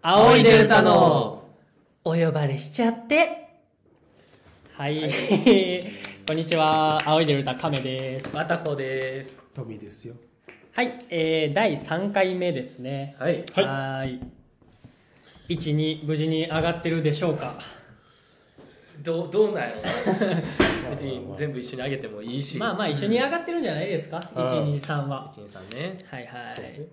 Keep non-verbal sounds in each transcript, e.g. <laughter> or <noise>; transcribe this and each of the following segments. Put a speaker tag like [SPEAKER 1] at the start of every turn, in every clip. [SPEAKER 1] 青いデルタのお呼ばれしちゃってはい、 <laughs> こんにちは青いデルタ亀です
[SPEAKER 2] またこです。
[SPEAKER 3] トミーですよ。
[SPEAKER 1] はい、えー、第3回目ですね
[SPEAKER 2] はい。
[SPEAKER 3] はい
[SPEAKER 1] はーい12無事に上がってるでしょうか
[SPEAKER 2] どう、どうなんやろ
[SPEAKER 1] <laughs>
[SPEAKER 2] な別に全部一緒にあげてもいいし。
[SPEAKER 1] まあまあ一緒に上がってるんじゃないですか
[SPEAKER 3] うん
[SPEAKER 1] 123は
[SPEAKER 2] 一二三ね。
[SPEAKER 1] はいは
[SPEAKER 3] そうね
[SPEAKER 1] い
[SPEAKER 2] うん。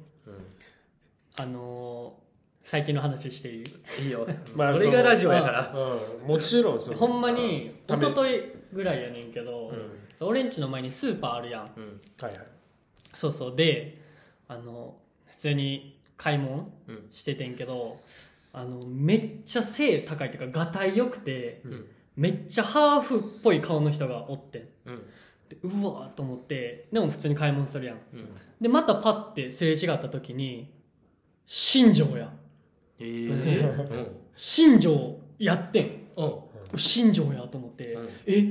[SPEAKER 1] あのー、最近の話していい
[SPEAKER 2] いいよ。
[SPEAKER 3] ま
[SPEAKER 2] <laughs>
[SPEAKER 3] あ
[SPEAKER 2] それがラジオやか
[SPEAKER 3] そ
[SPEAKER 2] ら。
[SPEAKER 3] のうん、もちろんその
[SPEAKER 1] ほんまに
[SPEAKER 3] た
[SPEAKER 1] 一
[SPEAKER 3] め
[SPEAKER 1] 昨日ぐらいやねんけど、
[SPEAKER 2] ん
[SPEAKER 1] 俺んちの前にスーパーあるやん
[SPEAKER 2] うん。
[SPEAKER 3] はいはい。
[SPEAKER 1] そうそうであの普通に買い物
[SPEAKER 2] うん。
[SPEAKER 1] しててんけどあのめっちゃ背高いっていうかがたいよくて
[SPEAKER 2] うん。
[SPEAKER 1] めっちゃハーフっぽい顔の人がおってん
[SPEAKER 2] うん。
[SPEAKER 1] でうわーと思ってでも普通に買い物するやん
[SPEAKER 2] うん。
[SPEAKER 1] でまたパッてすれ違った時に新庄や <laughs>
[SPEAKER 2] えーうん。
[SPEAKER 1] 新庄やってん
[SPEAKER 2] うん。
[SPEAKER 1] 新庄やと思って、
[SPEAKER 2] うん
[SPEAKER 1] え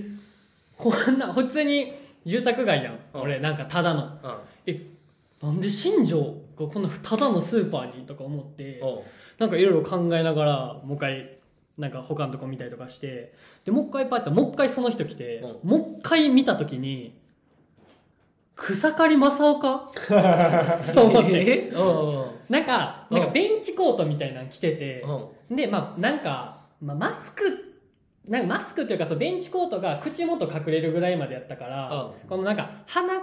[SPEAKER 1] こんな普通に住宅街やん、
[SPEAKER 2] うん
[SPEAKER 1] 俺なんかただの
[SPEAKER 2] うん。
[SPEAKER 1] なんで新庄がこんなただのスーパーにとか思って
[SPEAKER 2] おう
[SPEAKER 1] なんかいろいろ考えながらもう一回なんか他のとこ見たりとかしてでもう一回パッてもう一回その人来て、
[SPEAKER 2] う
[SPEAKER 1] もう一回見た時に草刈正雄かと思って
[SPEAKER 2] <laughs> えうん。
[SPEAKER 1] なんかなんか
[SPEAKER 2] うん
[SPEAKER 1] ベンチコートみたいなの着てて、
[SPEAKER 2] うん。
[SPEAKER 1] でまあなんか、まあ、マスクなんかマスクというかそうベンチコートが口元隠れるぐらいまでやったから、このなんか鼻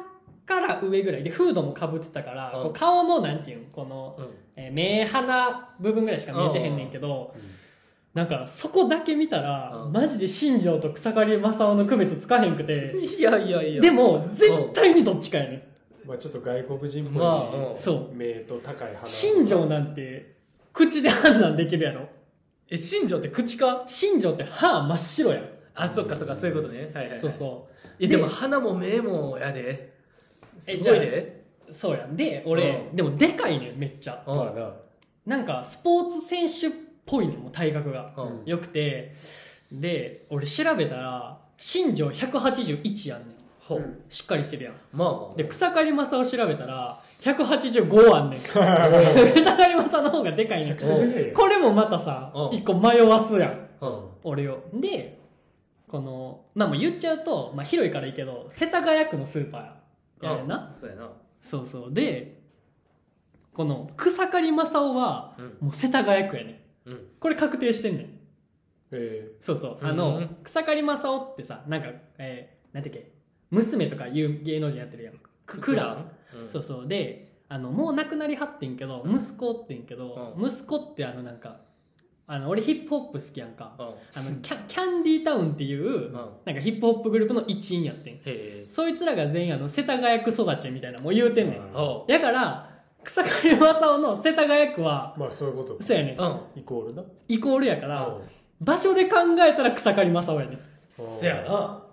[SPEAKER 1] から上ぐらいでフードもかぶってたから、
[SPEAKER 2] うん
[SPEAKER 1] こう顔のなんていうんこの、
[SPEAKER 2] うん。
[SPEAKER 1] えー目鼻部分ぐらいしか見えてへんねんけど、
[SPEAKER 3] うん
[SPEAKER 1] なんかそこだけ見たら、
[SPEAKER 2] うん
[SPEAKER 1] マジで新庄と草刈正雄の区別つかへんくて
[SPEAKER 2] いやいやいや。
[SPEAKER 1] でも絶対にどっちかやね
[SPEAKER 3] <laughs> まあちょっと外国人っ
[SPEAKER 2] まあ
[SPEAKER 3] ぽ
[SPEAKER 2] うん
[SPEAKER 1] ん、そ
[SPEAKER 3] い目と高い鼻。
[SPEAKER 1] う新庄なんて口で判断できるやろ
[SPEAKER 2] え、新庄って口か
[SPEAKER 1] 新庄って歯真っ白やん
[SPEAKER 2] あ、そっかそっか、そういうことね。はいはいはい。
[SPEAKER 1] そうそう
[SPEAKER 2] いや、でも鼻も目もやで。す
[SPEAKER 1] え
[SPEAKER 2] ごいで。
[SPEAKER 1] そうやんで俺、
[SPEAKER 2] う
[SPEAKER 1] でもでかいねんめっちゃ
[SPEAKER 2] うん
[SPEAKER 3] まあな。
[SPEAKER 1] なんかスポーツ選手っぽいねんもう体格が
[SPEAKER 2] うん。
[SPEAKER 1] よくてで俺調べたら身長181やんねん
[SPEAKER 2] ほう。
[SPEAKER 1] しっかりしてるやん
[SPEAKER 2] まあまあ。
[SPEAKER 1] で草刈正雄調べたら185あんねん草刈正雄の方がでかいねん
[SPEAKER 3] めちゃくちゃでかいよ
[SPEAKER 1] これもまたさ
[SPEAKER 2] うん
[SPEAKER 1] 一個迷わすやん
[SPEAKER 2] うん。
[SPEAKER 1] 俺をでこのまあもう言っちゃうと、まあ、広いからいいけど世田谷区のスーパーやねんな、
[SPEAKER 2] うん。そうやな。
[SPEAKER 1] そうそうでこの草刈正雄は
[SPEAKER 2] うん。
[SPEAKER 1] もう世田谷区やねん
[SPEAKER 2] うん。
[SPEAKER 1] これ確定してんねん
[SPEAKER 3] え
[SPEAKER 1] そうそう
[SPEAKER 2] うん
[SPEAKER 1] あの、草刈正雄ってさなんか、えー、なんてっけ娘とかいう芸能人やってるやんククラン、
[SPEAKER 2] うん、
[SPEAKER 1] そうそうであのもう亡くなりはってんけど息子おってんけど、
[SPEAKER 2] う
[SPEAKER 1] 息子ってあのなんかあの俺ヒップホップ好きやんか
[SPEAKER 2] うん。
[SPEAKER 1] あのキャキャンディータウンっていう、
[SPEAKER 2] うん
[SPEAKER 1] なんかヒップホップグループの一員やってん
[SPEAKER 2] へえ。
[SPEAKER 1] そいつらが全員あの世田谷区育ちみたいなもう言うてんねん
[SPEAKER 3] うん
[SPEAKER 2] おう。
[SPEAKER 1] だから、草刈正雄の世田谷区は、
[SPEAKER 3] まあそういうこと。
[SPEAKER 1] そうやねん
[SPEAKER 2] うん。
[SPEAKER 3] イコールな。
[SPEAKER 1] イコールやから、
[SPEAKER 3] うん
[SPEAKER 1] 場所で考えたら草刈正雄やねん。
[SPEAKER 2] せやな。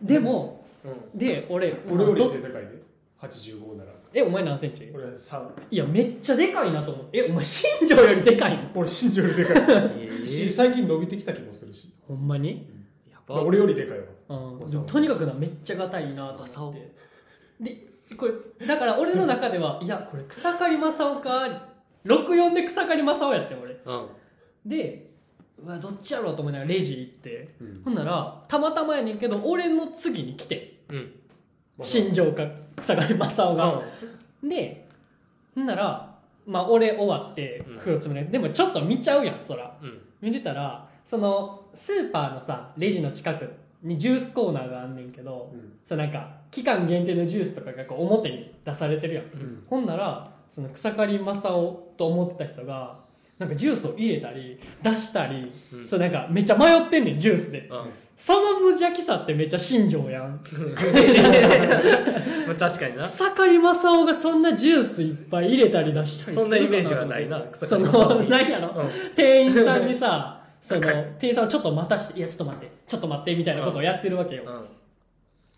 [SPEAKER 1] でも、
[SPEAKER 2] うん。
[SPEAKER 1] で、俺、
[SPEAKER 3] 俺より
[SPEAKER 1] ど
[SPEAKER 3] 背高いで。85なら。
[SPEAKER 1] え、お前何センチ
[SPEAKER 3] 俺3。
[SPEAKER 1] いや、めっちゃでかいなと思って。え、お前、新庄よりでかいの
[SPEAKER 3] 俺身長よりでか
[SPEAKER 2] <laughs>
[SPEAKER 3] い。し
[SPEAKER 2] え
[SPEAKER 3] 最近伸びてきた気もするし。
[SPEAKER 1] ほんまに
[SPEAKER 2] や
[SPEAKER 3] まあ
[SPEAKER 2] ば。
[SPEAKER 3] 俺よりでかいわ。
[SPEAKER 1] うん。
[SPEAKER 3] 正雄
[SPEAKER 1] とにかくな、めっちゃがたいなと思って。で、これ、だから俺の中では、いや、これ草刈正雄か、64で草刈正雄やってん、俺。
[SPEAKER 2] うん。
[SPEAKER 1] で、うわ、どっちやろうと思いながらレジ行って、
[SPEAKER 3] うん
[SPEAKER 1] ほんなら、たまたまやねんけど、俺の次に来て、
[SPEAKER 2] うん。
[SPEAKER 1] 新庄か草刈正雄が。で、ほんなら、まあ俺終わって
[SPEAKER 2] うん、
[SPEAKER 1] 黒つむね、でもちょっと見ちゃうやん、そら。
[SPEAKER 2] うん。
[SPEAKER 1] 見てたら、その、スーパーのさ、レジの近くにジュースコーナーがあんねんけど、
[SPEAKER 3] うん
[SPEAKER 1] そうなんか、期間限定のジュースとかがこう表に出されてるやん。
[SPEAKER 3] うん
[SPEAKER 1] ほんなら、その草刈正雄と思ってた人が、なんかジュースを入れたり、出したり、
[SPEAKER 2] うん
[SPEAKER 1] そうなんかめっちゃ迷ってんねん、ジュースで。
[SPEAKER 2] うん。 <laughs>
[SPEAKER 1] その無邪気さってめっちゃ新庄やん。
[SPEAKER 2] まあ確かにな。
[SPEAKER 1] 草刈正雄がそんなジュースいっぱい入れたり出したりする
[SPEAKER 2] そんなイメージはないな
[SPEAKER 1] そ
[SPEAKER 2] 草刈正雄
[SPEAKER 1] の、ないやろ。
[SPEAKER 2] う
[SPEAKER 1] 店員さんに
[SPEAKER 2] <laughs>
[SPEAKER 1] さ、その
[SPEAKER 2] 高い、
[SPEAKER 1] 店員さんをちょっと待たして、いや、ちょっと待って、ちょっと待って、みたいなことをやってるわけよ。
[SPEAKER 2] ん。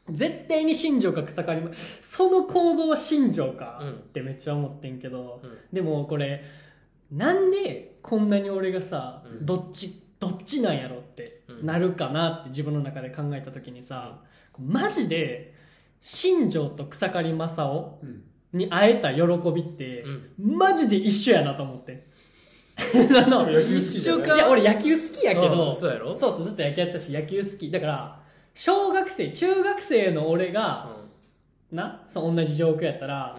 [SPEAKER 2] うん。
[SPEAKER 1] 絶対に新庄か草刈正雄その行動は新庄か
[SPEAKER 2] うん
[SPEAKER 1] ってめっちゃ思ってんけど、
[SPEAKER 2] うん
[SPEAKER 1] でもこれ、なんでこんなに俺がさ、
[SPEAKER 2] うん
[SPEAKER 1] どっち、どっちなんやろって
[SPEAKER 2] うん
[SPEAKER 1] なるかなって自分の中で考えた時にさ、マジで、新庄と草刈正雄
[SPEAKER 3] うん
[SPEAKER 1] に会えた喜びって、
[SPEAKER 2] うん <laughs>
[SPEAKER 1] マジで一緒やなと思って。あの
[SPEAKER 3] 野球好きじ
[SPEAKER 2] 一
[SPEAKER 3] ゃ
[SPEAKER 2] 緒
[SPEAKER 3] な
[SPEAKER 2] か
[SPEAKER 3] い
[SPEAKER 1] いや俺野球好きやけど、
[SPEAKER 2] うんそうやろ
[SPEAKER 1] そうそうずっと野球やってたし野球好きだから小学生中学生の俺が、なそう同じ状況やったら、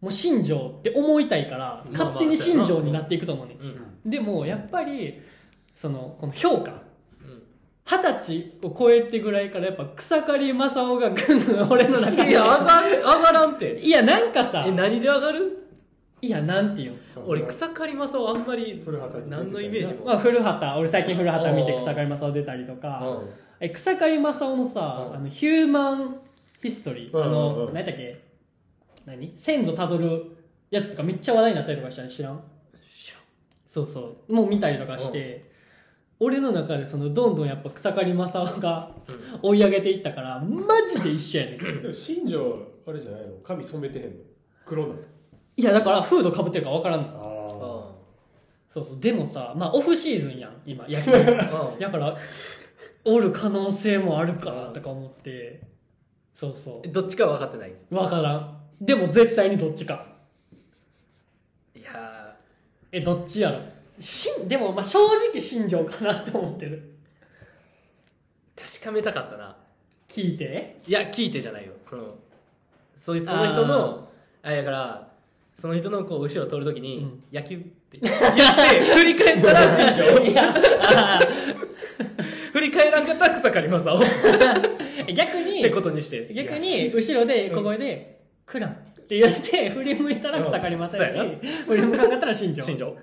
[SPEAKER 1] もう新庄って思いたいから
[SPEAKER 2] まあ
[SPEAKER 1] 勝手に新庄になっていくと思うね、
[SPEAKER 2] うんうん
[SPEAKER 1] ん、でもやっぱりそのこの評価
[SPEAKER 2] うん
[SPEAKER 1] 二十歳を超えてぐらいからやっぱ草刈正雄がぐんぐん俺の中
[SPEAKER 2] い
[SPEAKER 1] で
[SPEAKER 2] や上がる上がらんて
[SPEAKER 1] いやなんかさ
[SPEAKER 2] え何で上がる
[SPEAKER 1] いやなんていうの
[SPEAKER 2] 俺草刈正雄あんまり
[SPEAKER 3] 古畑に出てたよ
[SPEAKER 2] 何のイメージも
[SPEAKER 1] まあ、古畑俺最近古畑見て
[SPEAKER 2] おー
[SPEAKER 1] 草刈正雄出たりとか、
[SPEAKER 2] うん
[SPEAKER 1] え草刈正雄のさ、
[SPEAKER 2] うん
[SPEAKER 1] あのヒューマンヒストリー、
[SPEAKER 3] うん
[SPEAKER 1] あ
[SPEAKER 3] うん
[SPEAKER 1] の、
[SPEAKER 3] うん
[SPEAKER 1] 何だっけ何先祖たどるやつとかめっちゃ話題になったりとかしたの知らんそうそうもう見たりとかして、俺の中でそのどんどんやっぱ草刈正雄が
[SPEAKER 2] うん
[SPEAKER 1] 追い上げていったからマジで一緒やねん
[SPEAKER 3] でも新庄あれじゃないの髪染めてへんの黒なの
[SPEAKER 1] いやだからフードかぶってるから分からんの
[SPEAKER 3] あ
[SPEAKER 1] そうそうでもさまあオフシーズンやん今野球
[SPEAKER 2] うん
[SPEAKER 1] だからおる可能性もあるかなとか思ってそうそう
[SPEAKER 2] どっちかは分かってない
[SPEAKER 1] わからんでも絶対にどっちか
[SPEAKER 2] いや
[SPEAKER 1] えどっちやろしんでもまあ正直新庄かなって思ってる
[SPEAKER 2] ー確かめたかったな
[SPEAKER 1] 聞いて
[SPEAKER 2] いや聞いてじゃないよそのそいその人のあだからその人のこう後ろを通るときに、
[SPEAKER 1] うん
[SPEAKER 2] 野球って言って振り返ったら新庄
[SPEAKER 1] いやあ
[SPEAKER 2] 振り返らんかったら草刈正雄っ
[SPEAKER 1] ー逆に
[SPEAKER 2] てことにして
[SPEAKER 1] 逆に後ろで小声で「クラン」って言って振り向いたら草刈りませんし
[SPEAKER 2] そうやな
[SPEAKER 1] 振り向かんかったら新庄
[SPEAKER 2] 新庄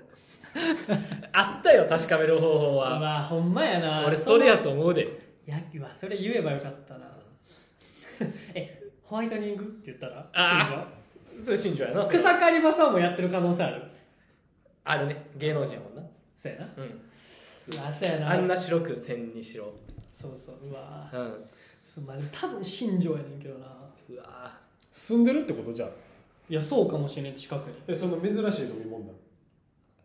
[SPEAKER 2] あったよ確かめる方法は、
[SPEAKER 1] まあほんまやな
[SPEAKER 2] 俺それやと思うで
[SPEAKER 1] いやうわそれ言えばよかったな <laughs> えホワイトニングって言ったら
[SPEAKER 2] あそれ新庄やな
[SPEAKER 1] 新
[SPEAKER 2] そ
[SPEAKER 1] 庄
[SPEAKER 2] れ
[SPEAKER 1] 草刈り正雄もやってる可能性ある
[SPEAKER 2] あるね芸能人やもんな
[SPEAKER 1] そうやな
[SPEAKER 2] うん
[SPEAKER 1] うわそうやな
[SPEAKER 2] あんな白く線にしろ
[SPEAKER 1] そうそううわ
[SPEAKER 2] うん
[SPEAKER 1] そうまあ、多分新庄やねんけどな
[SPEAKER 2] うわ
[SPEAKER 3] ー住んでるってことじゃん
[SPEAKER 1] いやそうかもしれない近くに
[SPEAKER 3] えその珍しい飲み物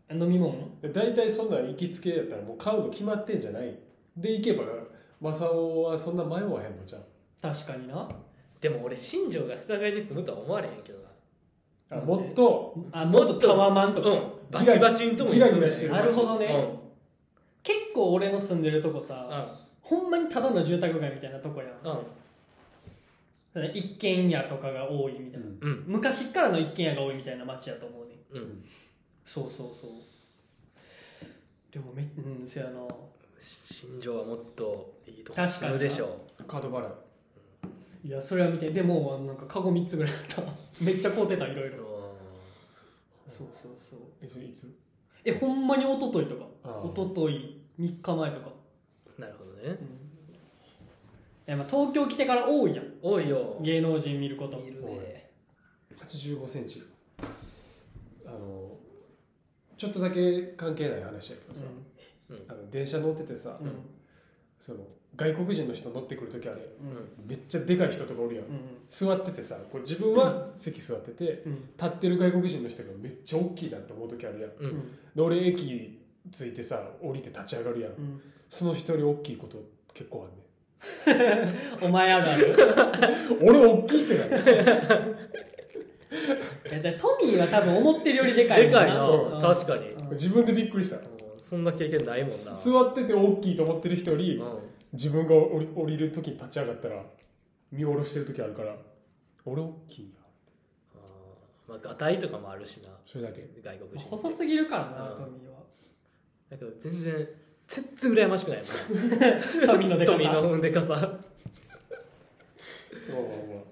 [SPEAKER 3] なの
[SPEAKER 1] 飲み物
[SPEAKER 3] え大体そんなん行きつけやったらもう買うの決まってんじゃないで行けば正雄はそんな迷わへんのじゃん
[SPEAKER 1] 確かにな
[SPEAKER 2] でも俺新庄が世田谷に住むとは思われへんけどな
[SPEAKER 3] あもっと
[SPEAKER 1] あもっとタワマンとか、
[SPEAKER 2] うんバチバチんともに住む
[SPEAKER 3] ギラギラしてる
[SPEAKER 1] なるほどね、
[SPEAKER 2] うん
[SPEAKER 1] 結構俺の住んでるとこさ、
[SPEAKER 2] う
[SPEAKER 1] ほんまにただの住宅街みたいなとこやん
[SPEAKER 2] ん
[SPEAKER 1] 一軒家とかが多いみたいな、
[SPEAKER 2] うん
[SPEAKER 1] 昔っからの一軒家が多いみたいな街やと思うねん
[SPEAKER 2] うん
[SPEAKER 1] そうそうそうでもめうんせやな
[SPEAKER 2] 新庄はもっといいとこ住むでしょ
[SPEAKER 3] 角払い
[SPEAKER 1] いやそれは見てでもあのなんかカゴ3つぐらいあった <laughs> めっちゃ買うてたいろいうろ
[SPEAKER 2] ん
[SPEAKER 1] そうそうそう
[SPEAKER 3] えそれいつ
[SPEAKER 1] えほんまに一昨日とか
[SPEAKER 3] あー
[SPEAKER 1] 一昨日3日前とか
[SPEAKER 2] なるほどね
[SPEAKER 1] いやまあ東京来てから多いやん
[SPEAKER 2] 多いよ
[SPEAKER 1] 芸能人見ること
[SPEAKER 2] いるね
[SPEAKER 3] 8 5ンチあのちょっとだけ関係ない話やけどさ、あの電車乗っててさ、
[SPEAKER 1] うんうん
[SPEAKER 3] その外国人の人乗ってくる時あ
[SPEAKER 1] う
[SPEAKER 3] れ
[SPEAKER 1] ん
[SPEAKER 3] めっちゃでかい人とかおるやん、
[SPEAKER 1] うん
[SPEAKER 3] 座っててさこう自分は席座ってて
[SPEAKER 1] うん
[SPEAKER 3] 立ってる外国人の人がめっちゃ大きいなと思う時あるやん
[SPEAKER 2] う
[SPEAKER 1] うん
[SPEAKER 2] ん
[SPEAKER 3] で俺駅着いてさ降りて立ち上がるやん
[SPEAKER 1] うん
[SPEAKER 3] その人より大きいこと結構
[SPEAKER 1] お前あるある <laughs>
[SPEAKER 3] あんねん俺大きいってなる
[SPEAKER 1] いやだトミーは多分思ってるよりでかい
[SPEAKER 2] でかい
[SPEAKER 1] も
[SPEAKER 2] なん確かに
[SPEAKER 1] うん
[SPEAKER 3] 自分でびっくりした
[SPEAKER 2] そんな経験ないもんな
[SPEAKER 3] 座ってて大きいと思ってる人より
[SPEAKER 2] うん
[SPEAKER 3] 自分が降り降りる時に立ち上がったら見下ろしてる時あるから俺大きいな
[SPEAKER 2] あーまあガタイとかもあるしな
[SPEAKER 3] それだけ
[SPEAKER 2] 外国人
[SPEAKER 1] 細すぎるからな
[SPEAKER 2] うん
[SPEAKER 1] トミー
[SPEAKER 2] だけど全然全然羨ましくないもん
[SPEAKER 1] はトミーのでか
[SPEAKER 2] 富
[SPEAKER 1] さ
[SPEAKER 2] のでかさ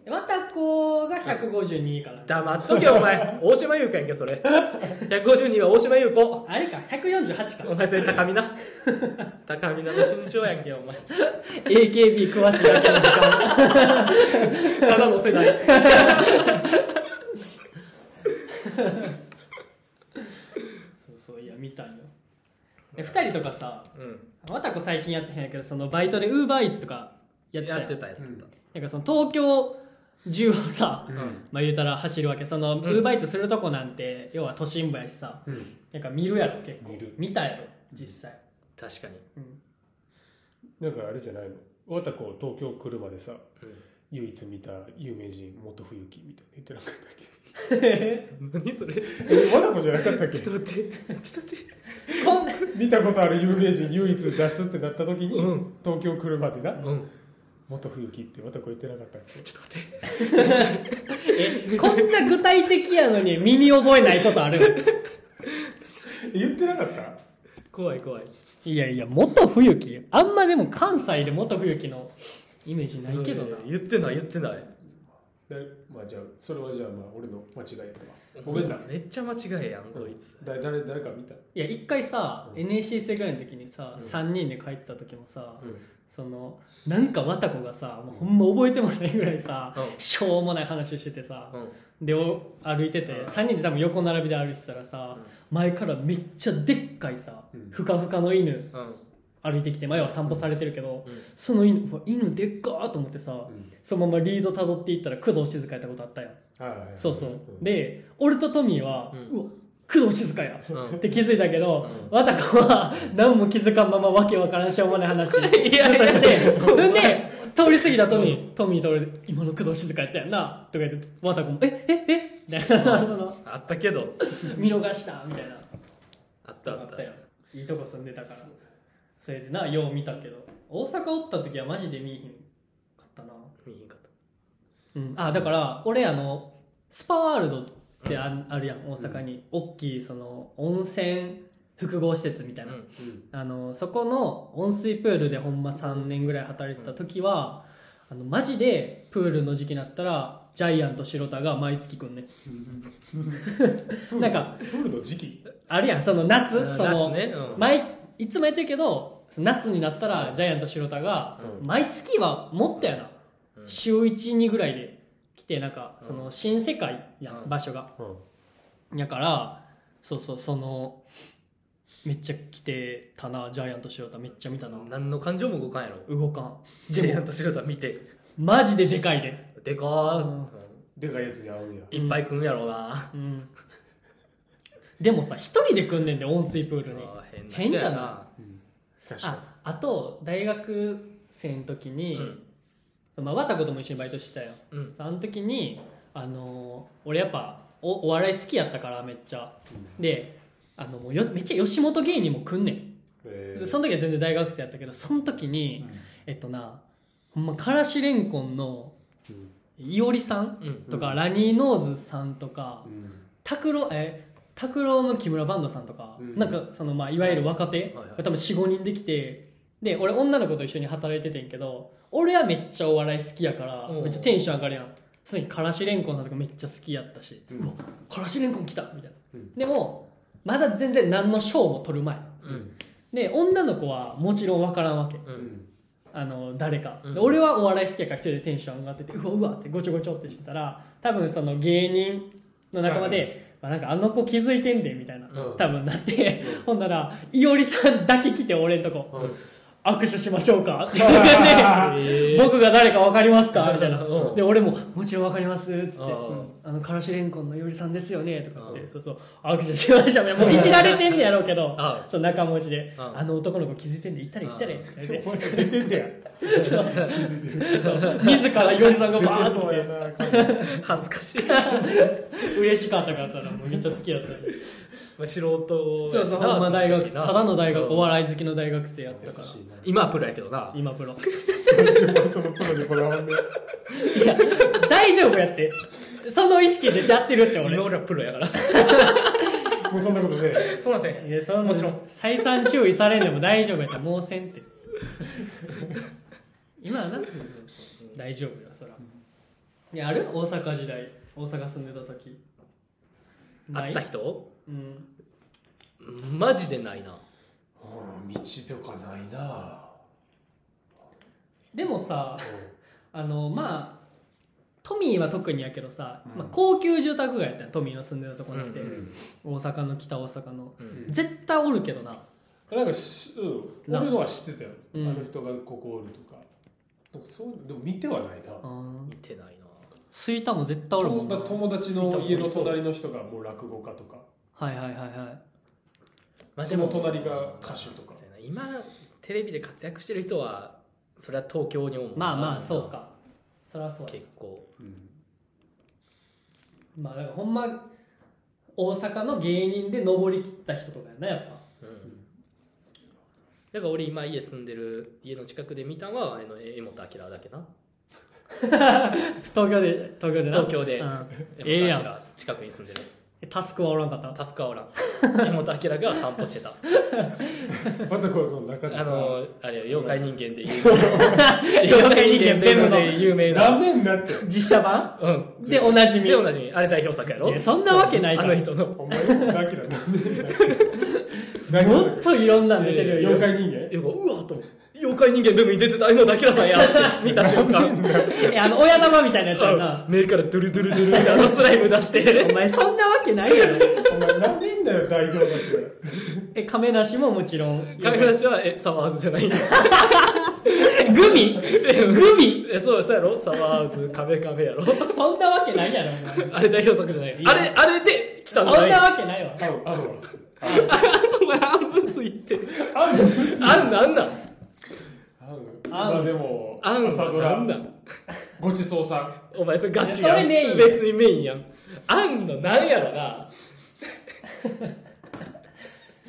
[SPEAKER 1] またこうが152から
[SPEAKER 2] 黙っとけよお前大島優子やんけそれ152は大島優子
[SPEAKER 1] あれか148
[SPEAKER 2] お
[SPEAKER 1] か
[SPEAKER 2] 前それ高見な <laughs> 高見なの身長やんけお前
[SPEAKER 1] AKB 詳しいだけの時間
[SPEAKER 2] ただの世代
[SPEAKER 1] そうそういや見たんよえ2人とかさ
[SPEAKER 2] うん
[SPEAKER 1] またこ最近やってへんやけどそのバイトでウーバーイーツとかやってた
[SPEAKER 2] や
[SPEAKER 1] やん
[SPEAKER 2] ってたやってた
[SPEAKER 1] なんかその東京中をさ、
[SPEAKER 2] うん
[SPEAKER 1] まあ言うたら走るわけそのウ
[SPEAKER 2] ん
[SPEAKER 1] ーバーイーツするとこなんて要は都心部やしさ
[SPEAKER 3] うん
[SPEAKER 1] なんか見るやろ結構
[SPEAKER 3] 見る
[SPEAKER 1] 見たやろ実際、
[SPEAKER 2] 確かに
[SPEAKER 1] うん
[SPEAKER 3] なんかあれじゃないのわたこ東京来るまでさ
[SPEAKER 2] うん
[SPEAKER 3] 唯一見た有名人元冬樹みたいな言ってなかったっけ
[SPEAKER 2] 何それち
[SPEAKER 3] えわなこじゃなかったっけ
[SPEAKER 2] ょっと待ってちょっと待って
[SPEAKER 1] <laughs> こんな
[SPEAKER 3] 見たことある有名人唯一出すってなった時に、
[SPEAKER 2] うん
[SPEAKER 3] 東京来るまでな
[SPEAKER 2] うん
[SPEAKER 3] 元冬木ってわたこ言ってなかったっけ
[SPEAKER 2] ちょっと待って
[SPEAKER 1] えこんな具体的やのに耳覚えないことある
[SPEAKER 3] え言ってなかった
[SPEAKER 2] 怖い怖い
[SPEAKER 1] いやいや元冬木あんまでも関西で元冬木のイメージないけどな
[SPEAKER 2] うん言ってない言ってない
[SPEAKER 3] でまあじゃあそれはじゃあまあ俺の間違いやったわごめんな、
[SPEAKER 2] めっちゃ間違いやんこいつ
[SPEAKER 3] だ誰誰か見た、
[SPEAKER 1] いや一回さ NSC 生ぐらいの時にさ、
[SPEAKER 3] うん
[SPEAKER 1] 3人で書いてた時もさ、
[SPEAKER 3] うん
[SPEAKER 1] そのなんか綿子がさもうほんま覚えてもないぐらいさ、
[SPEAKER 2] うん
[SPEAKER 1] しょうもない話しててさ、
[SPEAKER 2] うん
[SPEAKER 1] でお歩いてて3人で多分横並びで歩いてたらさ、前からめっちゃでっかいさ、
[SPEAKER 3] うん
[SPEAKER 1] ふかふかの犬
[SPEAKER 2] うん
[SPEAKER 1] 歩いてきて前は散歩されてるけど、
[SPEAKER 2] うん
[SPEAKER 1] その犬うわ犬でっかーと思ってさ、
[SPEAKER 3] ん
[SPEAKER 1] そのままリードたどっていったら工藤静香やったことあったやん、
[SPEAKER 3] はいはいはい
[SPEAKER 1] そうそう、
[SPEAKER 3] ん
[SPEAKER 1] で俺とトミーは、
[SPEAKER 2] うん
[SPEAKER 1] うわ工藤静香や
[SPEAKER 2] うん
[SPEAKER 1] って気づいたけど、
[SPEAKER 2] うん
[SPEAKER 1] わたこは何も気づかんままわけわからんしょうもない話
[SPEAKER 2] <laughs> いや
[SPEAKER 1] ずっ
[SPEAKER 2] いや
[SPEAKER 1] としてほんで通り過ぎたトミー、トミーと俺で今の工藤静香やったやんなとか言ってわたこも「えええみたいなその
[SPEAKER 2] あったけど
[SPEAKER 1] 見逃したみたいな
[SPEAKER 2] あった
[SPEAKER 1] あ
[SPEAKER 2] あ
[SPEAKER 1] っ
[SPEAKER 2] ったた
[SPEAKER 1] よいいとこ住んでたからそれでなよう見たけど大阪おった時はマジで見えへんかったな
[SPEAKER 2] 見えんかった
[SPEAKER 1] うん、あだから俺あのスパワールドってあ,、あるやん大阪に、大きいその温泉複合施設みたいな、
[SPEAKER 2] うん
[SPEAKER 3] うん
[SPEAKER 1] あのそこの温水プールでほんま3年ぐらい働いてた時は、あのマジでプールの時期になったらジャイアント白田が毎月来んね
[SPEAKER 3] プール
[SPEAKER 1] なんか
[SPEAKER 3] プールの時期
[SPEAKER 1] あるやんその夏、
[SPEAKER 2] うん
[SPEAKER 1] その、
[SPEAKER 2] 夏ねうん
[SPEAKER 1] 毎いつもやってるけどその夏になったらジャイアント白田が、
[SPEAKER 3] うん
[SPEAKER 1] 毎月はもっとやな、
[SPEAKER 2] うん
[SPEAKER 1] 週12ぐらいで来てなんかその新世界やん、
[SPEAKER 2] うん
[SPEAKER 1] 場所が
[SPEAKER 3] うん
[SPEAKER 1] だからそうそうそのめっちゃ来てたなジャイアント白田めっちゃ見たな
[SPEAKER 2] 何の感情も動かんやろ
[SPEAKER 1] 動かん
[SPEAKER 2] ジャイアントシロタ見て
[SPEAKER 1] マジででかいで
[SPEAKER 2] でか
[SPEAKER 1] うん
[SPEAKER 2] ー
[SPEAKER 3] でかいやつに合うんや
[SPEAKER 2] いっぱい来んやろうな
[SPEAKER 1] うんでもさ一人で来んねんで温水プールに
[SPEAKER 2] あー人
[SPEAKER 1] 変じゃな
[SPEAKER 3] うん確か
[SPEAKER 1] ああと大学生の時
[SPEAKER 2] う
[SPEAKER 1] に、
[SPEAKER 2] ん
[SPEAKER 1] まあ、和田子とも一緒にバイトしてたよ
[SPEAKER 2] うん
[SPEAKER 1] あの時にあのー俺やっぱおお笑い好きやったからめっちゃであのもうよめっちゃ吉本芸人も来んねん
[SPEAKER 3] え
[SPEAKER 1] でその時は全然大学生やったけどその時に、えっとなほんまからしれんこんの
[SPEAKER 3] うん
[SPEAKER 1] いおりさん
[SPEAKER 2] うん
[SPEAKER 1] とか、
[SPEAKER 3] うん
[SPEAKER 1] ラニーノーズさんとか
[SPEAKER 3] うん
[SPEAKER 1] 拓郎え拓郎の木村バンドさんとか、
[SPEAKER 3] うん
[SPEAKER 1] なんかそのまあいわゆる若手
[SPEAKER 2] はいはい
[SPEAKER 1] が多分45人できてで俺女の子と一緒に働いててんけど俺はめっちゃお笑い好きやから
[SPEAKER 2] うん
[SPEAKER 1] めっちゃテンション上がるやんすでにからしれんこんさんとかめっちゃ好きやったし、
[SPEAKER 3] う
[SPEAKER 1] うんわからしれんこん来たみたいな、
[SPEAKER 3] うん
[SPEAKER 1] でもまだ全然何の賞も取る前
[SPEAKER 2] うん
[SPEAKER 1] で女の子はもちろん分からんわけ
[SPEAKER 2] う
[SPEAKER 3] うんん
[SPEAKER 1] あの誰か、
[SPEAKER 2] うん
[SPEAKER 1] で俺はお笑い好きやから一人でテンション上がっててうわうわってごちょごちょってしてたら多分その芸人の仲間で、
[SPEAKER 3] はい
[SPEAKER 1] まあ、なんかあの子気づいてんでみたいな、
[SPEAKER 3] うん
[SPEAKER 1] 多分なって、ほんならいおりさんだけ来て俺んとこ、
[SPEAKER 3] うん
[SPEAKER 1] 握手しましょうかって言って、<laughs>
[SPEAKER 2] え
[SPEAKER 1] 僕が誰か分かりますかみたいな、
[SPEAKER 2] うん
[SPEAKER 1] で俺ももちろん分かりますっつって、
[SPEAKER 2] あー
[SPEAKER 1] うんあのからしれんこんのいおりさんですよねとか言っ
[SPEAKER 2] うん
[SPEAKER 1] てそうそう握手しましたねもういじられてんねやろうけど
[SPEAKER 2] あ
[SPEAKER 1] その仲間内で、
[SPEAKER 2] うん
[SPEAKER 1] あの男の子気づいてんで行ったれ行ったれって言って
[SPEAKER 3] お前ら出てんだよ
[SPEAKER 1] 自らいおりさんが
[SPEAKER 3] 出
[SPEAKER 1] バ
[SPEAKER 3] て
[SPEAKER 1] ーッ
[SPEAKER 3] そうや
[SPEAKER 1] て
[SPEAKER 3] な
[SPEAKER 2] 恥ずかしい
[SPEAKER 1] 嬉しかったからさもうめっちゃ好きだったし
[SPEAKER 2] まあ素人
[SPEAKER 1] そうそうほんま大学ただの大学お
[SPEAKER 2] わ
[SPEAKER 1] 笑い好きの大学生やった
[SPEAKER 3] 優
[SPEAKER 1] から
[SPEAKER 3] しいな
[SPEAKER 2] 今はプロやけどな
[SPEAKER 1] 今プロ
[SPEAKER 3] なんでお前そのプロにこだわんね
[SPEAKER 1] いや大丈夫やってその意識でやってるって俺
[SPEAKER 2] 今俺はプロやから
[SPEAKER 3] もうそんなことせえ
[SPEAKER 2] そうなんです
[SPEAKER 1] い
[SPEAKER 2] ね
[SPEAKER 1] やその
[SPEAKER 2] もちろん
[SPEAKER 1] 再三注意されんでも大丈夫やったらもうせん
[SPEAKER 2] <laughs>
[SPEAKER 1] って今はな大丈夫よそらいやある大阪時代大阪住んでた時な
[SPEAKER 2] 会
[SPEAKER 1] い
[SPEAKER 2] った人
[SPEAKER 1] うん
[SPEAKER 2] マジでないな
[SPEAKER 3] 道とかないな
[SPEAKER 1] でもさあのまあトミーは特にやけどさ、
[SPEAKER 3] うん
[SPEAKER 1] まあ、高級住宅街やったんトミーの住んでたとこなんて、
[SPEAKER 2] う
[SPEAKER 1] 大阪の北大阪の、
[SPEAKER 2] うん
[SPEAKER 1] 絶対おるけどな
[SPEAKER 3] なんかし、うん、
[SPEAKER 1] な
[SPEAKER 3] 俺のは知ってたよ、
[SPEAKER 1] うん
[SPEAKER 3] あの人がここおるとかなんかそうでも見てはないな
[SPEAKER 1] うん
[SPEAKER 2] 見てないな
[SPEAKER 1] 吹、田も絶対おるも
[SPEAKER 3] 友
[SPEAKER 1] んな
[SPEAKER 3] 達友達の家の隣の人がもう落語家とか
[SPEAKER 1] はいはいはいはい
[SPEAKER 3] その隣が歌手とか
[SPEAKER 2] そうやな今テレビで活躍してる人はそれは東京に思うな
[SPEAKER 1] まあまあそうかそりゃそうや
[SPEAKER 2] 結構
[SPEAKER 3] うん
[SPEAKER 1] まあだからほんま大阪の芸人で登り切った人とかやなやっぱ
[SPEAKER 2] うんだから俺今家住んでる家の近くで見たのはあのえ江本明だけな
[SPEAKER 1] 東京で東京でな
[SPEAKER 2] 東京で
[SPEAKER 1] うん
[SPEAKER 2] 江
[SPEAKER 1] ええやん
[SPEAKER 2] 本明近くに住んでる
[SPEAKER 1] え <laughs> タスクはおらんかった
[SPEAKER 2] タスクはおらん江本明が散歩してた
[SPEAKER 3] またこの中で
[SPEAKER 2] あ
[SPEAKER 3] さ、
[SPEAKER 2] のあれよ妖怪人間で有名 <laughs> 妖怪人間ベムで有名
[SPEAKER 3] ラ
[SPEAKER 2] な
[SPEAKER 3] メになってる。
[SPEAKER 1] 実写版
[SPEAKER 2] うん
[SPEAKER 1] でおなじみ
[SPEAKER 2] でおなじみあれ代表作やろ
[SPEAKER 1] いやそんなわけないか
[SPEAKER 2] あ
[SPEAKER 1] ら
[SPEAKER 2] の人の
[SPEAKER 3] お前のガキだ、ラメになってる。
[SPEAKER 1] もっといろんなの出てるよ
[SPEAKER 3] 妖怪人間
[SPEAKER 2] ようわと思って妖怪人間ベムに出てたあのだけらさんやって見た瞬間
[SPEAKER 1] えあの親玉みたいなやつやな
[SPEAKER 2] 目からドゥルドゥルドゥルってあのスライム出して
[SPEAKER 1] お前そんなわけないやろ
[SPEAKER 3] お前、ラメンだよ、代表作。
[SPEAKER 1] え亀梨ももちろん
[SPEAKER 2] 亀梨はえサワーズじゃないんだ
[SPEAKER 1] <laughs> グミグミ
[SPEAKER 2] えそうそうやろサワーズ亀亀
[SPEAKER 1] <laughs>
[SPEAKER 2] やろ
[SPEAKER 1] そんなわけないやろお前
[SPEAKER 2] あれ代表作じゃない
[SPEAKER 1] いや
[SPEAKER 2] あれあれで来
[SPEAKER 1] そ
[SPEAKER 2] た
[SPEAKER 1] ん
[SPEAKER 2] ん
[SPEAKER 1] な
[SPEAKER 2] じゃない
[SPEAKER 1] わけないわ
[SPEAKER 3] ある、あるわ。
[SPEAKER 2] お前半分ついてる
[SPEAKER 3] ある
[SPEAKER 2] あんなんなん
[SPEAKER 3] ある。
[SPEAKER 1] あ
[SPEAKER 3] まあでも、
[SPEAKER 2] あん
[SPEAKER 3] 朝ド
[SPEAKER 2] な
[SPEAKER 3] ラ
[SPEAKER 2] ん、なん
[SPEAKER 3] ごちそうさん。
[SPEAKER 2] お前それガチや
[SPEAKER 1] いや
[SPEAKER 2] ん
[SPEAKER 1] それメイン
[SPEAKER 2] 別にメインやんあんのなんやろな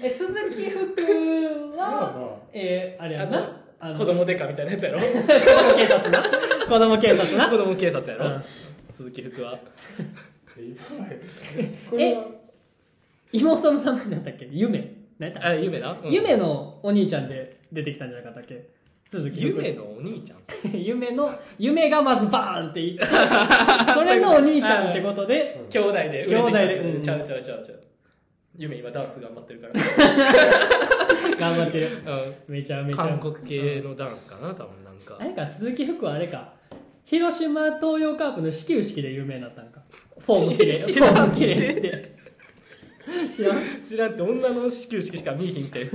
[SPEAKER 1] え鈴木福はえーあれやなあの
[SPEAKER 2] 子供でかみたいなやつやろ子
[SPEAKER 1] 子供警察な子供警察な
[SPEAKER 2] 供警察やろ、
[SPEAKER 1] うん
[SPEAKER 2] 鈴木福は
[SPEAKER 3] これは
[SPEAKER 1] え妹の名前なんだっけ夢何やった
[SPEAKER 2] あ夢な、うん
[SPEAKER 1] 夢のお兄ちゃんで出てきたんじゃなかったっけ鈴木福
[SPEAKER 2] 夢のお兄ちゃん
[SPEAKER 1] <laughs> 夢の夢がまずバーンっていって
[SPEAKER 2] <laughs>
[SPEAKER 1] それのお兄ちゃんってことで
[SPEAKER 2] 兄弟で
[SPEAKER 1] 兄弟で
[SPEAKER 2] 売れ
[SPEAKER 1] う
[SPEAKER 2] てきたんだよ
[SPEAKER 1] ん
[SPEAKER 2] ちゃうちゃうちゃうちゃう夢今ダンス頑張ってるか
[SPEAKER 1] 頑張ってる
[SPEAKER 2] ら、うん
[SPEAKER 1] めちゃめちゃ
[SPEAKER 2] 韓国系のダンスかな多分なんか
[SPEAKER 1] あれか鈴木福はあれか広島東洋カープの始球式で有名になったんかフォーム綺麗フ
[SPEAKER 2] 知
[SPEAKER 1] ォ
[SPEAKER 2] ら
[SPEAKER 1] ー
[SPEAKER 2] ん
[SPEAKER 1] ム綺麗っつ
[SPEAKER 2] <laughs>
[SPEAKER 1] って知らん
[SPEAKER 2] 知らんって女の始球式しか見えひん <laughs> て